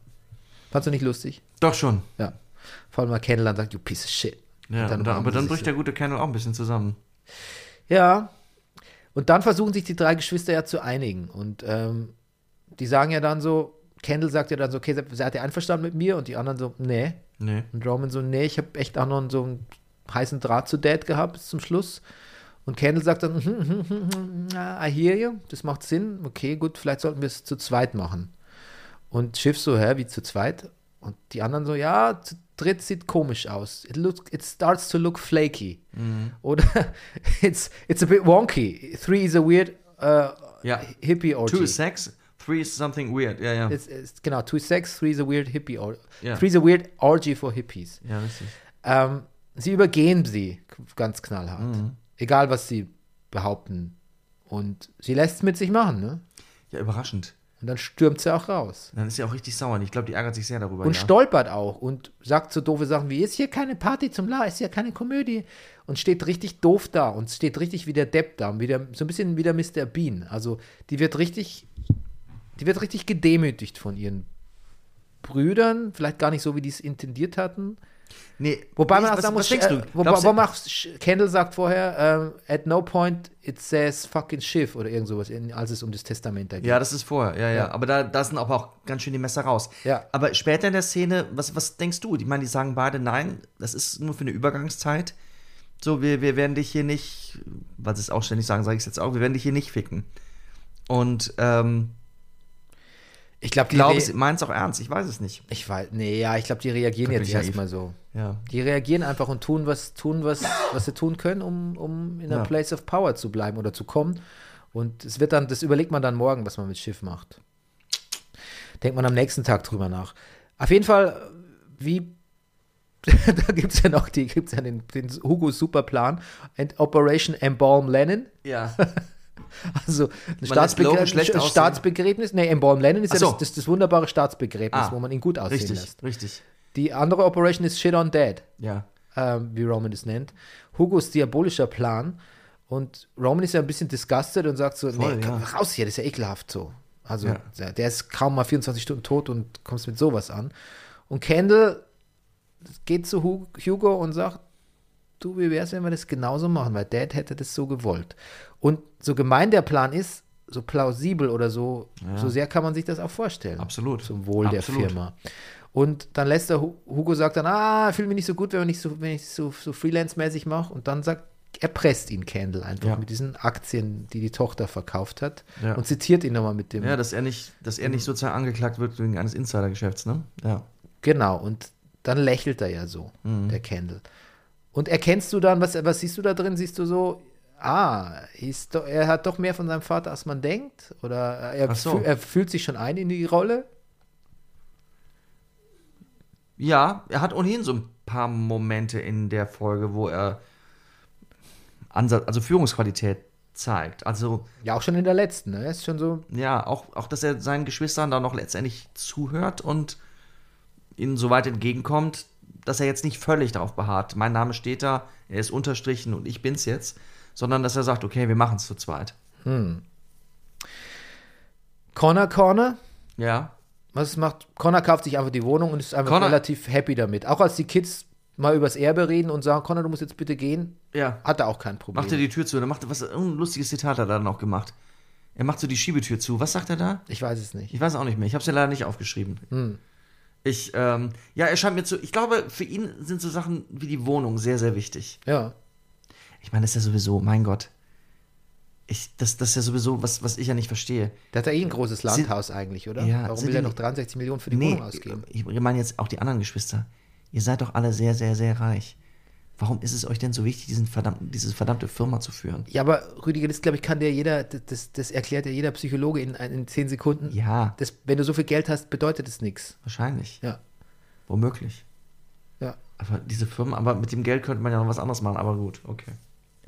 Speaker 1: Fandst du nicht lustig?
Speaker 2: Doch schon.
Speaker 1: Ja. Vor allem mal Kendall dann sagt, you piece of shit.
Speaker 2: Ja,
Speaker 1: Und
Speaker 2: dann, aber
Speaker 1: umarmen sie
Speaker 2: dann
Speaker 1: sich
Speaker 2: bricht
Speaker 1: so.
Speaker 2: der gute Kendall auch ein bisschen zusammen.
Speaker 1: Ja. Und dann versuchen sich die drei Geschwister ja zu einigen. Und ähm, die sagen ja dann so, Kendall sagt ja dann so, okay, se- seid ihr einverstanden mit mir? Und die anderen so, nee.
Speaker 2: Nee.
Speaker 1: Und Roman so, nee, ich habe echt auch noch so einen heißen Draht zu Dad gehabt bis zum Schluss. Und Kendall sagt dann, hm, hm, hm, hm, na, I hear you, das macht Sinn. Okay, gut, vielleicht sollten wir es zu zweit machen. Und Schiff so, hä, wie zu zweit? Und die anderen so, ja, zu dritt sieht komisch aus. It, look, it starts to look flaky.
Speaker 2: Mhm.
Speaker 1: Oder it's, it's a bit wonky. Three is a weird uh,
Speaker 2: Ja.
Speaker 1: hippie
Speaker 2: Two
Speaker 1: orgy.
Speaker 2: is sex, three is something weird. Ja, ja.
Speaker 1: It's, it's, genau, two is sex, three is a weird hippie orgy.
Speaker 2: Ja.
Speaker 1: Three is a weird orgy for hippies.
Speaker 2: Ja, richtig.
Speaker 1: Ähm, sie übergehen sie ganz knallhart. Egal, was sie behaupten. Und sie lässt es mit sich machen, ne?
Speaker 2: Ja, überraschend.
Speaker 1: Und dann stürmt sie auch raus.
Speaker 2: Dann ist sie auch richtig sauer. und Ich glaube, die ärgert sich sehr darüber.
Speaker 1: Und
Speaker 2: Oh ja.
Speaker 1: stolpert auch und sagt so doofe Sachen wie, ist hier keine Party zum La, ist hier keine Komödie. Und steht richtig doof da und steht richtig wie der Depp da. Und wieder, so ein bisschen wie der Mr. Bean. Also die wird richtig, die wird richtig gedemütigt von ihren Brüdern. Vielleicht gar nicht so, wie die es intendiert hatten.
Speaker 2: Nee,
Speaker 1: Wobei
Speaker 2: nee,
Speaker 1: man auch
Speaker 2: was,
Speaker 1: sagen muss,
Speaker 2: was denkst du?
Speaker 1: äh, wobei,
Speaker 2: Glaubst du-
Speaker 1: wobei man auch, Sch- Kendall sagt vorher, ähm, at no point it says fucking Schiff oder irgend sowas, in, als es um das Testament da geht.
Speaker 2: Ja, das ist vorher, ja, ja. Aber da, da sind aber auch ganz schön die Messer raus.
Speaker 1: Ja.
Speaker 2: Aber später in der Szene, was, was denkst du? Ich meine, die sagen beide, nein, das ist nur für eine Übergangszeit. So, wir, wir werden dich hier nicht, weil sie es auch ständig sagen, sage ich es jetzt auch, wir werden dich hier nicht ficken. Und ähm,
Speaker 1: ich glaube,
Speaker 2: glaube,
Speaker 1: die
Speaker 2: sie
Speaker 1: re-
Speaker 2: meinen es auch ernst, ich weiß es nicht.
Speaker 1: ich weiß, nee, ja, ich glaube, die reagieren
Speaker 2: Gott,
Speaker 1: jetzt
Speaker 2: bin ich naiv.
Speaker 1: erstmal so.
Speaker 2: Ja.
Speaker 1: Die reagieren einfach und tun was, tun was, was sie tun können, um, um in der
Speaker 2: Ja.
Speaker 1: Place of Power zu bleiben oder zu kommen. Und es wird dann, das überlegt man dann morgen, was man mit Schiff macht. Denkt man am nächsten Tag drüber nach. Auf jeden Fall, wie da gibt es ja noch die, gibt's ja den, den Hugo Superplan, Ent- Operation Embalm Lennon,
Speaker 2: Ja.
Speaker 1: also ein
Speaker 2: lässt Logan
Speaker 1: Staatsbegräbnis,
Speaker 2: schlecht aussehen.
Speaker 1: Staatsbegräbnis, nee, Embalm Lennon ist
Speaker 2: Ach so.
Speaker 1: ja das, das, das wunderbare Staatsbegräbnis,
Speaker 2: Ah,
Speaker 1: wo man ihn gut aussehen
Speaker 2: richtig,
Speaker 1: lässt.
Speaker 2: richtig.
Speaker 1: Die andere Operation ist Shit on Dead
Speaker 2: Ja.
Speaker 1: ähm, wie Roman es nennt, Hugos diabolischer Plan. Und Roman ist ja ein bisschen disgusted und sagt so,
Speaker 2: Voll,
Speaker 1: nee,
Speaker 2: ja.
Speaker 1: komm, raus hier, das ist ja ekelhaft so. Also
Speaker 2: Ja.
Speaker 1: der, der ist kaum mal 24 Stunden tot und kommst mit sowas an. Und Kendall geht zu Hu- Hugo und sagt, du, wie wär's, wenn wir das genauso machen, weil Dad hätte das so gewollt. Und so gemein der Plan ist, so plausibel oder so, so sehr kann man sich das auch vorstellen.
Speaker 2: Absolut.
Speaker 1: Zum Wohl
Speaker 2: Absolut.
Speaker 1: der Firma. Und dann lässt er, Hu- Hugo sagt dann, ah, fühle mich nicht so gut, wenn ich nicht so, wenn ich so, so freelance-mäßig mache. Und dann sagt, er presst ihn Kendall einfach
Speaker 2: Ja.
Speaker 1: mit diesen Aktien, die die Tochter verkauft hat.
Speaker 2: Ja.
Speaker 1: Und zitiert ihn nochmal mit dem.
Speaker 2: Ja, dass er nicht, dass er nicht sozusagen angeklagt wird wegen eines Insidergeschäfts, ne? Ja.
Speaker 1: Genau, und dann lächelt er ja so,
Speaker 2: Mhm.
Speaker 1: der Kendall. Und erkennst du dann, was, was siehst du da drin? Siehst du so, ah, ist do, er hat doch mehr von seinem Vater, als man denkt? Oder äh, er,
Speaker 2: Ach so.
Speaker 1: fühl, er fühlt sich schon ein in die Rolle?
Speaker 2: Ja, er hat ohnehin so ein paar Momente in der Folge, wo er Ansatz, also Führungsqualität zeigt. Also
Speaker 1: Ja, auch schon in der letzten, ne? Er ist schon so,
Speaker 2: ja, auch, auch dass er seinen Geschwistern da noch letztendlich zuhört und ihnen so weit entgegenkommt, dass er jetzt nicht völlig darauf beharrt, mein Name steht da, er ist unterstrichen und ich bin's jetzt, sondern dass er sagt, okay, wir machen es zu zweit.
Speaker 1: Connor Corner.
Speaker 2: Ja.
Speaker 1: Was macht? Connor kauft sich einfach die Wohnung und ist einfach
Speaker 2: Connor-
Speaker 1: relativ happy damit. Auch als die Kids mal übers Erbe reden und sagen, Connor, du musst jetzt bitte gehen,
Speaker 2: Ja.
Speaker 1: hat er auch kein Problem.
Speaker 2: Macht er die Tür zu, dann macht er was, irgendein lustiges Zitat hat er dann auch gemacht. Er macht so die Schiebetür zu. Was sagt er da?
Speaker 1: ich weiß es nicht.
Speaker 2: Ich weiß auch nicht mehr. Ich habe es ja leider nicht aufgeschrieben. Ich, ähm, ja, er scheint mir zu. Ich glaube, für ihn sind so Sachen wie die Wohnung sehr, sehr wichtig.
Speaker 1: Ja.
Speaker 2: Ich meine, das ist ja sowieso, mein Gott. Ich, das, das ist ja sowieso, was, was ich ja nicht verstehe.
Speaker 1: Der hat ja eh ein großes Landhaus eigentlich, oder?
Speaker 2: Ja,
Speaker 1: Warum
Speaker 2: sind
Speaker 1: will er
Speaker 2: die-
Speaker 1: noch 63 Millionen für die
Speaker 2: Nee,
Speaker 1: Wohnung ausgeben?
Speaker 2: ich meine jetzt auch die anderen Geschwister. Ihr seid doch alle sehr, sehr, sehr reich. Warum ist es euch denn so wichtig, diesen verdammten, diese verdammte Firma zu führen?
Speaker 1: Ja, aber Rüdiger, das glaube ich, kann dir jeder, das, das erklärt dir jeder Psychologe in, in 10 Sekunden.
Speaker 2: Ja,
Speaker 1: Das, wenn du so viel Geld hast, bedeutet es nichts.
Speaker 2: wahrscheinlich.
Speaker 1: Ja.
Speaker 2: Womöglich.
Speaker 1: ja.
Speaker 2: Aber diese Firmen, aber mit dem Geld könnte man ja noch was anderes machen, aber gut, okay.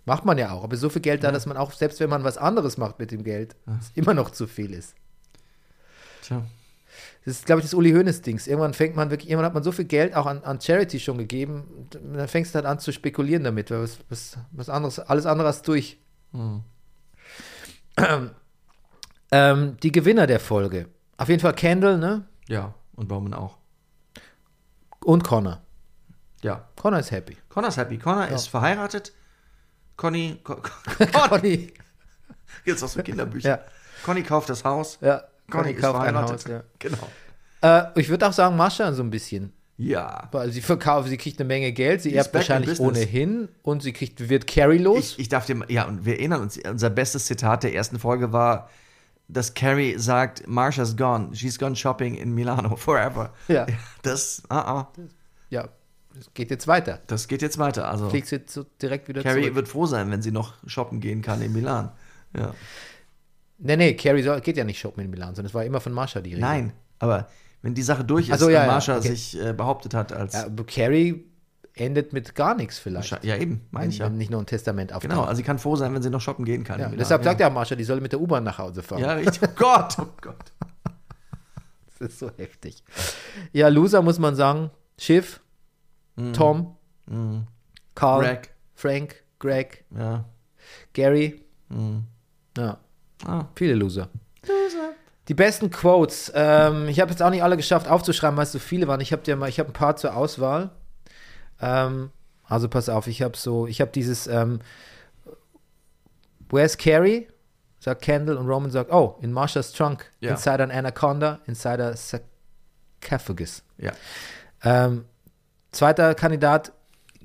Speaker 1: Macht man ja auch. Aber so viel Geld da, dass man auch, selbst wenn man was anderes macht mit dem Geld,
Speaker 2: Ah.
Speaker 1: es immer noch zu viel ist.
Speaker 2: Tja.
Speaker 1: Das ist, glaube ich, das Uli Hoeneß-Dings. Irgendwann fängt man wirklich, irgendwann hat man so viel Geld auch an, an Charity schon gegeben, und dann fängst du halt an zu spekulieren damit, weil was, was, was anderes, alles andere ist durch. Hm. Ähm, die Gewinner der Folge. Auf jeden Fall Kendall, ne?
Speaker 2: Ja, und Baumann auch.
Speaker 1: Und Connor.
Speaker 2: Ja.
Speaker 1: Connor ist happy.
Speaker 2: Connor ist happy. Connor ist verheiratet. Conny, Con, Con,
Speaker 1: Conny.
Speaker 2: jetzt aus dem Kinderbüchern.
Speaker 1: Ja.
Speaker 2: Conny kauft das Haus.
Speaker 1: Ja,
Speaker 2: Conny,
Speaker 1: Conny,
Speaker 2: ist
Speaker 1: kauft ein
Speaker 2: verheiratet.
Speaker 1: Haus. Ja.
Speaker 2: Genau.
Speaker 1: Äh, ich würde auch sagen, Mascha so ein bisschen.
Speaker 2: Ja.
Speaker 1: Weil sie verkauft, sie kriegt eine Menge Geld, sie
Speaker 2: ist
Speaker 1: erbt
Speaker 2: back in
Speaker 1: wahrscheinlich
Speaker 2: business.
Speaker 1: ohnehin und sie kriegt, wird Carrie los.
Speaker 2: Ich, ich darf dir, ja, und wir erinnern uns, unser bestes Zitat der ersten Folge war, dass Carrie sagt, Marsha's gone, she's gone shopping in Milano forever.
Speaker 1: Ja.
Speaker 2: Das, ah, ah,
Speaker 1: ja, es geht jetzt weiter.
Speaker 2: das geht jetzt weiter. Also,
Speaker 1: Fliegt sie so direkt wieder
Speaker 2: Carrie
Speaker 1: zurück.
Speaker 2: wird froh sein, wenn sie noch shoppen gehen kann in Milan. Ja.
Speaker 1: Nee, nee, Carrie soll, geht ja nicht shoppen in Milan, sondern es war immer von Marsha die Rede.
Speaker 2: Nein, aber wenn die Sache durch ist,
Speaker 1: Also,
Speaker 2: und
Speaker 1: ja, ja,
Speaker 2: Marsha
Speaker 1: okay.
Speaker 2: sich äh, behauptet hat als,
Speaker 1: Ja,
Speaker 2: ja,
Speaker 1: aber Carrie endet mit gar nichts vielleicht.
Speaker 2: eben, meine
Speaker 1: Wenn,
Speaker 2: ich ja.
Speaker 1: wenn nicht noch ein Testament auftaucht.
Speaker 2: Genau, also sie kann froh sein, wenn sie noch shoppen gehen kann. in
Speaker 1: ja,
Speaker 2: Milan,
Speaker 1: deshalb
Speaker 2: ja.
Speaker 1: sagt ja Marsha, die soll mit der U-Bahn nach Hause fahren.
Speaker 2: Ja, richtig. Oh Gott, oh Gott.
Speaker 1: Das ist so heftig. Ja, Loser muss man sagen. Schiff, Tom, Mhm. Carl,
Speaker 2: Mhm. Greg.
Speaker 1: Frank, Greg,
Speaker 2: Ja.
Speaker 1: Gary.
Speaker 2: Mhm.
Speaker 1: Ja,
Speaker 2: Ah.
Speaker 1: viele Loser. Die besten Quotes. Ähm, ich habe jetzt auch nicht alle geschafft aufzuschreiben, weil es so viele waren. Ich habe dir mal, ich habe ein paar zur Auswahl. Ähm, also pass auf, ich habe so, ich habe dieses ähm, Where's Carrie? Sagt Kendall und Roman sagt, oh, in Marsha's Trunk,
Speaker 2: Ja.
Speaker 1: inside an Anaconda, inside a sarcophagus.
Speaker 2: Ja.
Speaker 1: Ähm, zweiter Kandidat,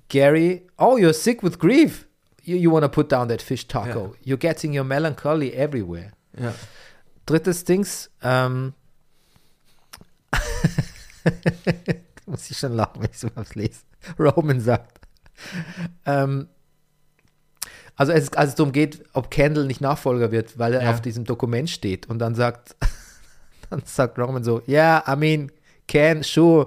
Speaker 1: Gary. Oh, you're sick with grief. You, you want to put down that fish taco. You're getting your melancholy everywhere.
Speaker 2: Ja.
Speaker 1: Drittes Dings, ähm, da muss ich schon lachen, wenn ich so was lese. Roman sagt. Ähm, also es, als es darum geht, ob Kendall nicht Nachfolger wird, weil er
Speaker 2: Ja.
Speaker 1: auf diesem Dokument steht und dann sagt, dann sagt Roman so, yeah, I mean, Ken, sure,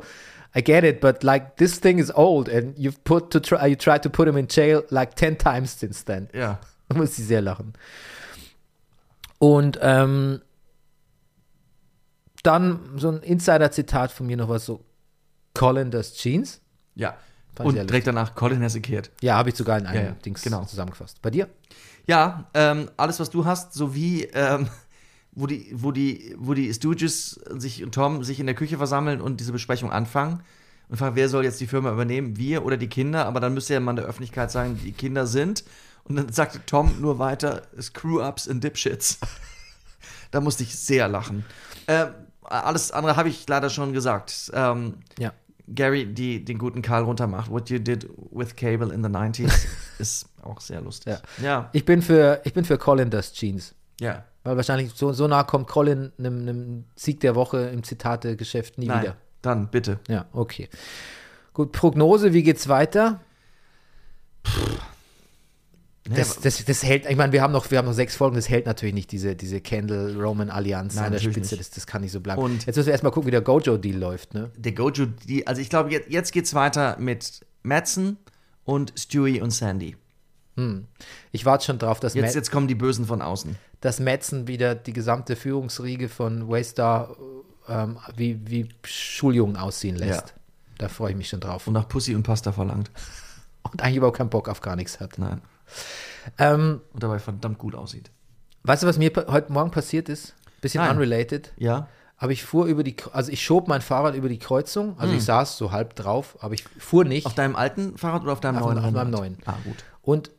Speaker 1: I get it, but like this thing is old and you've put to try, you tried to put him in jail like 10 times since then.
Speaker 2: Ja.
Speaker 1: Da muss sie sehr lachen. Und ähm, dann so ein Insider-Zitat von mir noch was so Collenders Jeans.
Speaker 2: Ja.
Speaker 1: Fand
Speaker 2: Und
Speaker 1: ich ja
Speaker 2: direkt danach Colin has a kid.
Speaker 1: Ja, habe ich sogar in einem
Speaker 2: Ja, ja,
Speaker 1: Dings
Speaker 2: genau.
Speaker 1: zusammengefasst. Bei dir?
Speaker 2: Ja, ähm, alles, was du hast, sowie ähm, wo, die, wo, die, wo die Stooges sich und Tom sich in der Küche versammeln und diese Besprechung anfangen. Und fragen, wer soll jetzt die Firma übernehmen? Wir oder die Kinder? Aber dann müsste ja mal in der Öffentlichkeit sagen, die Kinder sind. Und dann sagte Tom nur weiter, Screw-Ups and Dipshits. da musste ich sehr lachen. Ähm, alles andere habe ich leider schon gesagt. Ähm,
Speaker 1: Ja.
Speaker 2: Gary, die den guten Karl runtermacht. What you did with cable in the 90s ist auch sehr lustig. Ja.
Speaker 1: Ich bin für, ich bin für Collenders Jeans.
Speaker 2: Ja.
Speaker 1: Weil wahrscheinlich so, so nah kommt Colin einem, einem Sieg der Woche im Zitate-Geschäft nie
Speaker 2: Nein.
Speaker 1: wieder.
Speaker 2: Dann bitte.
Speaker 1: Ja, okay. Gut, Prognose, wie geht's weiter? Das, das, das hält, ich meine, wir haben noch, wir haben noch sechs Folgen, das hält natürlich nicht, diese, diese Candle-Roman-Allianz
Speaker 2: Nein,
Speaker 1: an der
Speaker 2: natürlich
Speaker 1: Spitze,
Speaker 2: nicht.
Speaker 1: das, das kann nicht so bleiben.
Speaker 2: Und-
Speaker 1: jetzt müssen wir erstmal gucken, wie der Gojo-Deal läuft, ne?
Speaker 2: der Gojo, die, also ich glaube, jetzt, jetzt geht's weiter mit Madsen und Stewie und Sandy.
Speaker 1: Ich warte schon drauf, dass,
Speaker 2: Jetzt,
Speaker 1: Ma
Speaker 2: jetzt kommen die Bösen von außen.
Speaker 1: dass Madsen wieder die gesamte Führungsriege von Waystar ähm, wie, wie Schuljungen aussehen lässt. Da freue ich mich schon drauf.
Speaker 2: Und nach Pussy und Pasta verlangt.
Speaker 1: Und eigentlich überhaupt keinen Bock auf gar nichts hat.
Speaker 2: Nein.
Speaker 1: Ähm,
Speaker 2: Und dabei verdammt gut aussieht.
Speaker 1: weißt du, was mir pa- heute Morgen passiert ist? Bisschen
Speaker 2: Nein.
Speaker 1: unrelated.
Speaker 2: Ja?
Speaker 1: Aber ich fuhr über die, K- also ich schob mein Fahrrad über die Kreuzung. Also ich saß so halb drauf, aber ich fuhr nicht.
Speaker 2: Mhm. Auf deinem alten Fahrrad oder auf deinem
Speaker 1: Auf
Speaker 2: neuen?
Speaker 1: dem- auf meinem
Speaker 2: Rennrad? Ah, gut.
Speaker 1: Und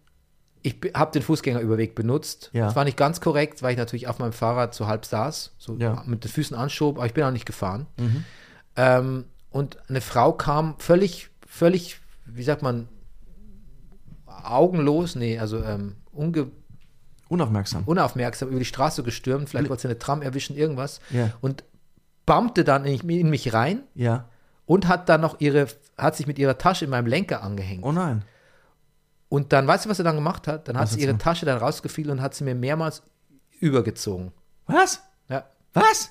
Speaker 1: ich habe den Fußgängerüberweg benutzt.
Speaker 2: Ja.
Speaker 1: Das war nicht ganz korrekt, weil ich natürlich auf meinem Fahrrad so halb saß, so
Speaker 2: Ja. Mhm.
Speaker 1: mit den Füßen anschob, aber ich bin auch nicht gefahren. Ähm, und eine Frau kam völlig, völlig, wie sagt man, augenlos, nee, also ähm, unge
Speaker 2: Unaufmerksam.
Speaker 1: unaufmerksam über die Straße gestürmt, vielleicht wollte sie eine Tram erwischen, irgendwas.
Speaker 2: Ja.
Speaker 1: Und bumpte dann in, in mich rein
Speaker 2: ja.
Speaker 1: und hat dann noch ihre, hat sich mit ihrer Tasche in meinem Lenker angehängt.
Speaker 2: Oh nein.
Speaker 1: Und dann, weißt du, was sie dann gemacht hat? Dann hat
Speaker 2: Was
Speaker 1: sie
Speaker 2: hat's
Speaker 1: ihre
Speaker 2: gemacht?
Speaker 1: Tasche dann rausgefiel und hat sie mir mehrmals übergezogen.
Speaker 2: Was?
Speaker 1: Ja.
Speaker 2: Was?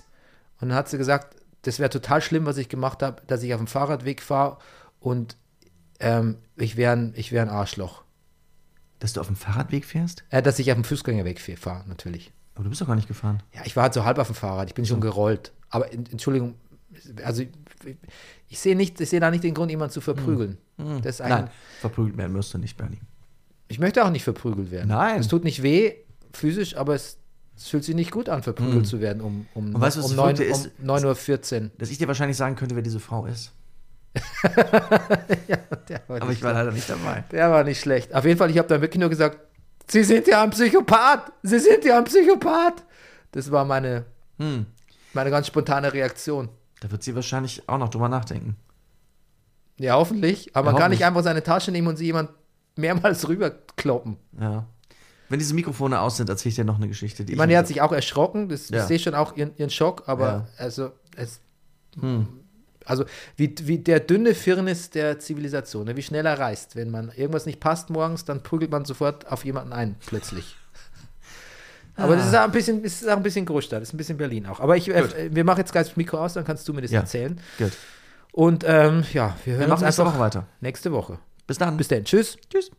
Speaker 1: Und dann hat sie gesagt, das wäre total schlimm, was ich gemacht habe, dass ich auf dem Fahrradweg fahre und ähm, ich wäre ein, ich wär ein Arschloch.
Speaker 2: Dass du auf dem Fahrradweg fährst?
Speaker 1: Äh, dass ich auf dem Fußgängerweg fahre, natürlich.
Speaker 2: Aber du bist doch gar nicht gefahren.
Speaker 1: Ja, ich war halt so halb auf dem Fahrrad, ich bin
Speaker 2: Hm.
Speaker 1: schon gerollt. Aber en- Entschuldigung, also ich, ich sehe nicht, ich sehe da nicht den Grund, jemanden zu verprügeln. Das ist ein,
Speaker 2: Hm. Nein, verprügelt werden müsste nicht, Bernie.
Speaker 1: Ich möchte auch nicht verprügelt werden.
Speaker 2: Nein.
Speaker 1: Es tut nicht weh, physisch, aber es, es fühlt sich nicht gut an, verprügelt zu werden um, um,
Speaker 2: Hm. Und weißt du, was
Speaker 1: um,
Speaker 2: das
Speaker 1: 9,
Speaker 2: Verrückte ist?
Speaker 1: um 9.14 Uhr.
Speaker 2: Dass ich dir wahrscheinlich sagen könnte, wer diese Frau ist.
Speaker 1: Der, war
Speaker 2: Aber
Speaker 1: nicht-
Speaker 2: ich war leider nicht dabei.
Speaker 1: der war nicht schlecht. Auf jeden Fall, ich habe dann wirklich nur gesagt, Sie sind ja ein Psychopath. Sie sind ja ein Psychopath. Das war meine,
Speaker 2: Hm.
Speaker 1: meine ganz spontane Reaktion.
Speaker 2: Da wird sie wahrscheinlich auch noch drüber nachdenken.
Speaker 1: Ja, hoffentlich. Aber man
Speaker 2: Ja,
Speaker 1: kann nicht
Speaker 2: hoffentlich.
Speaker 1: einfach seine Tasche nehmen und sie jemand mehrmals rüberkloppen.
Speaker 2: Ja. Wenn diese Mikrofone aus sind, erzähle ich dir noch eine Geschichte. Die
Speaker 1: Ich meine, er hat sich auch erschrocken. Das,
Speaker 2: Ja.
Speaker 1: Ich sehe schon auch ihren, ihren Schock, aber
Speaker 2: Ja. Hm.
Speaker 1: also, es, also wie, wie der dünne Firnis der Zivilisation, ne? wie schnell er reißt. Wenn man irgendwas nicht passt morgens, dann prügelt man sofort auf jemanden ein, plötzlich. Aber das ist
Speaker 2: Ah.
Speaker 1: auch ein bisschen, das ist auch ein bisschen Großstadt, das ist ein bisschen Berlin auch. Aber ich, äh, wir machen jetzt gleich das Mikro aus, dann kannst du mir das
Speaker 2: Ja.
Speaker 1: erzählen.
Speaker 2: Gut.
Speaker 1: Und ähm, ja, wir hören
Speaker 2: Wir
Speaker 1: uns
Speaker 2: machen nächste
Speaker 1: einfach
Speaker 2: Woche weiter.
Speaker 1: nächste Woche.
Speaker 2: Bis dann.
Speaker 1: Bis dann, tschüss.
Speaker 2: Tschüss.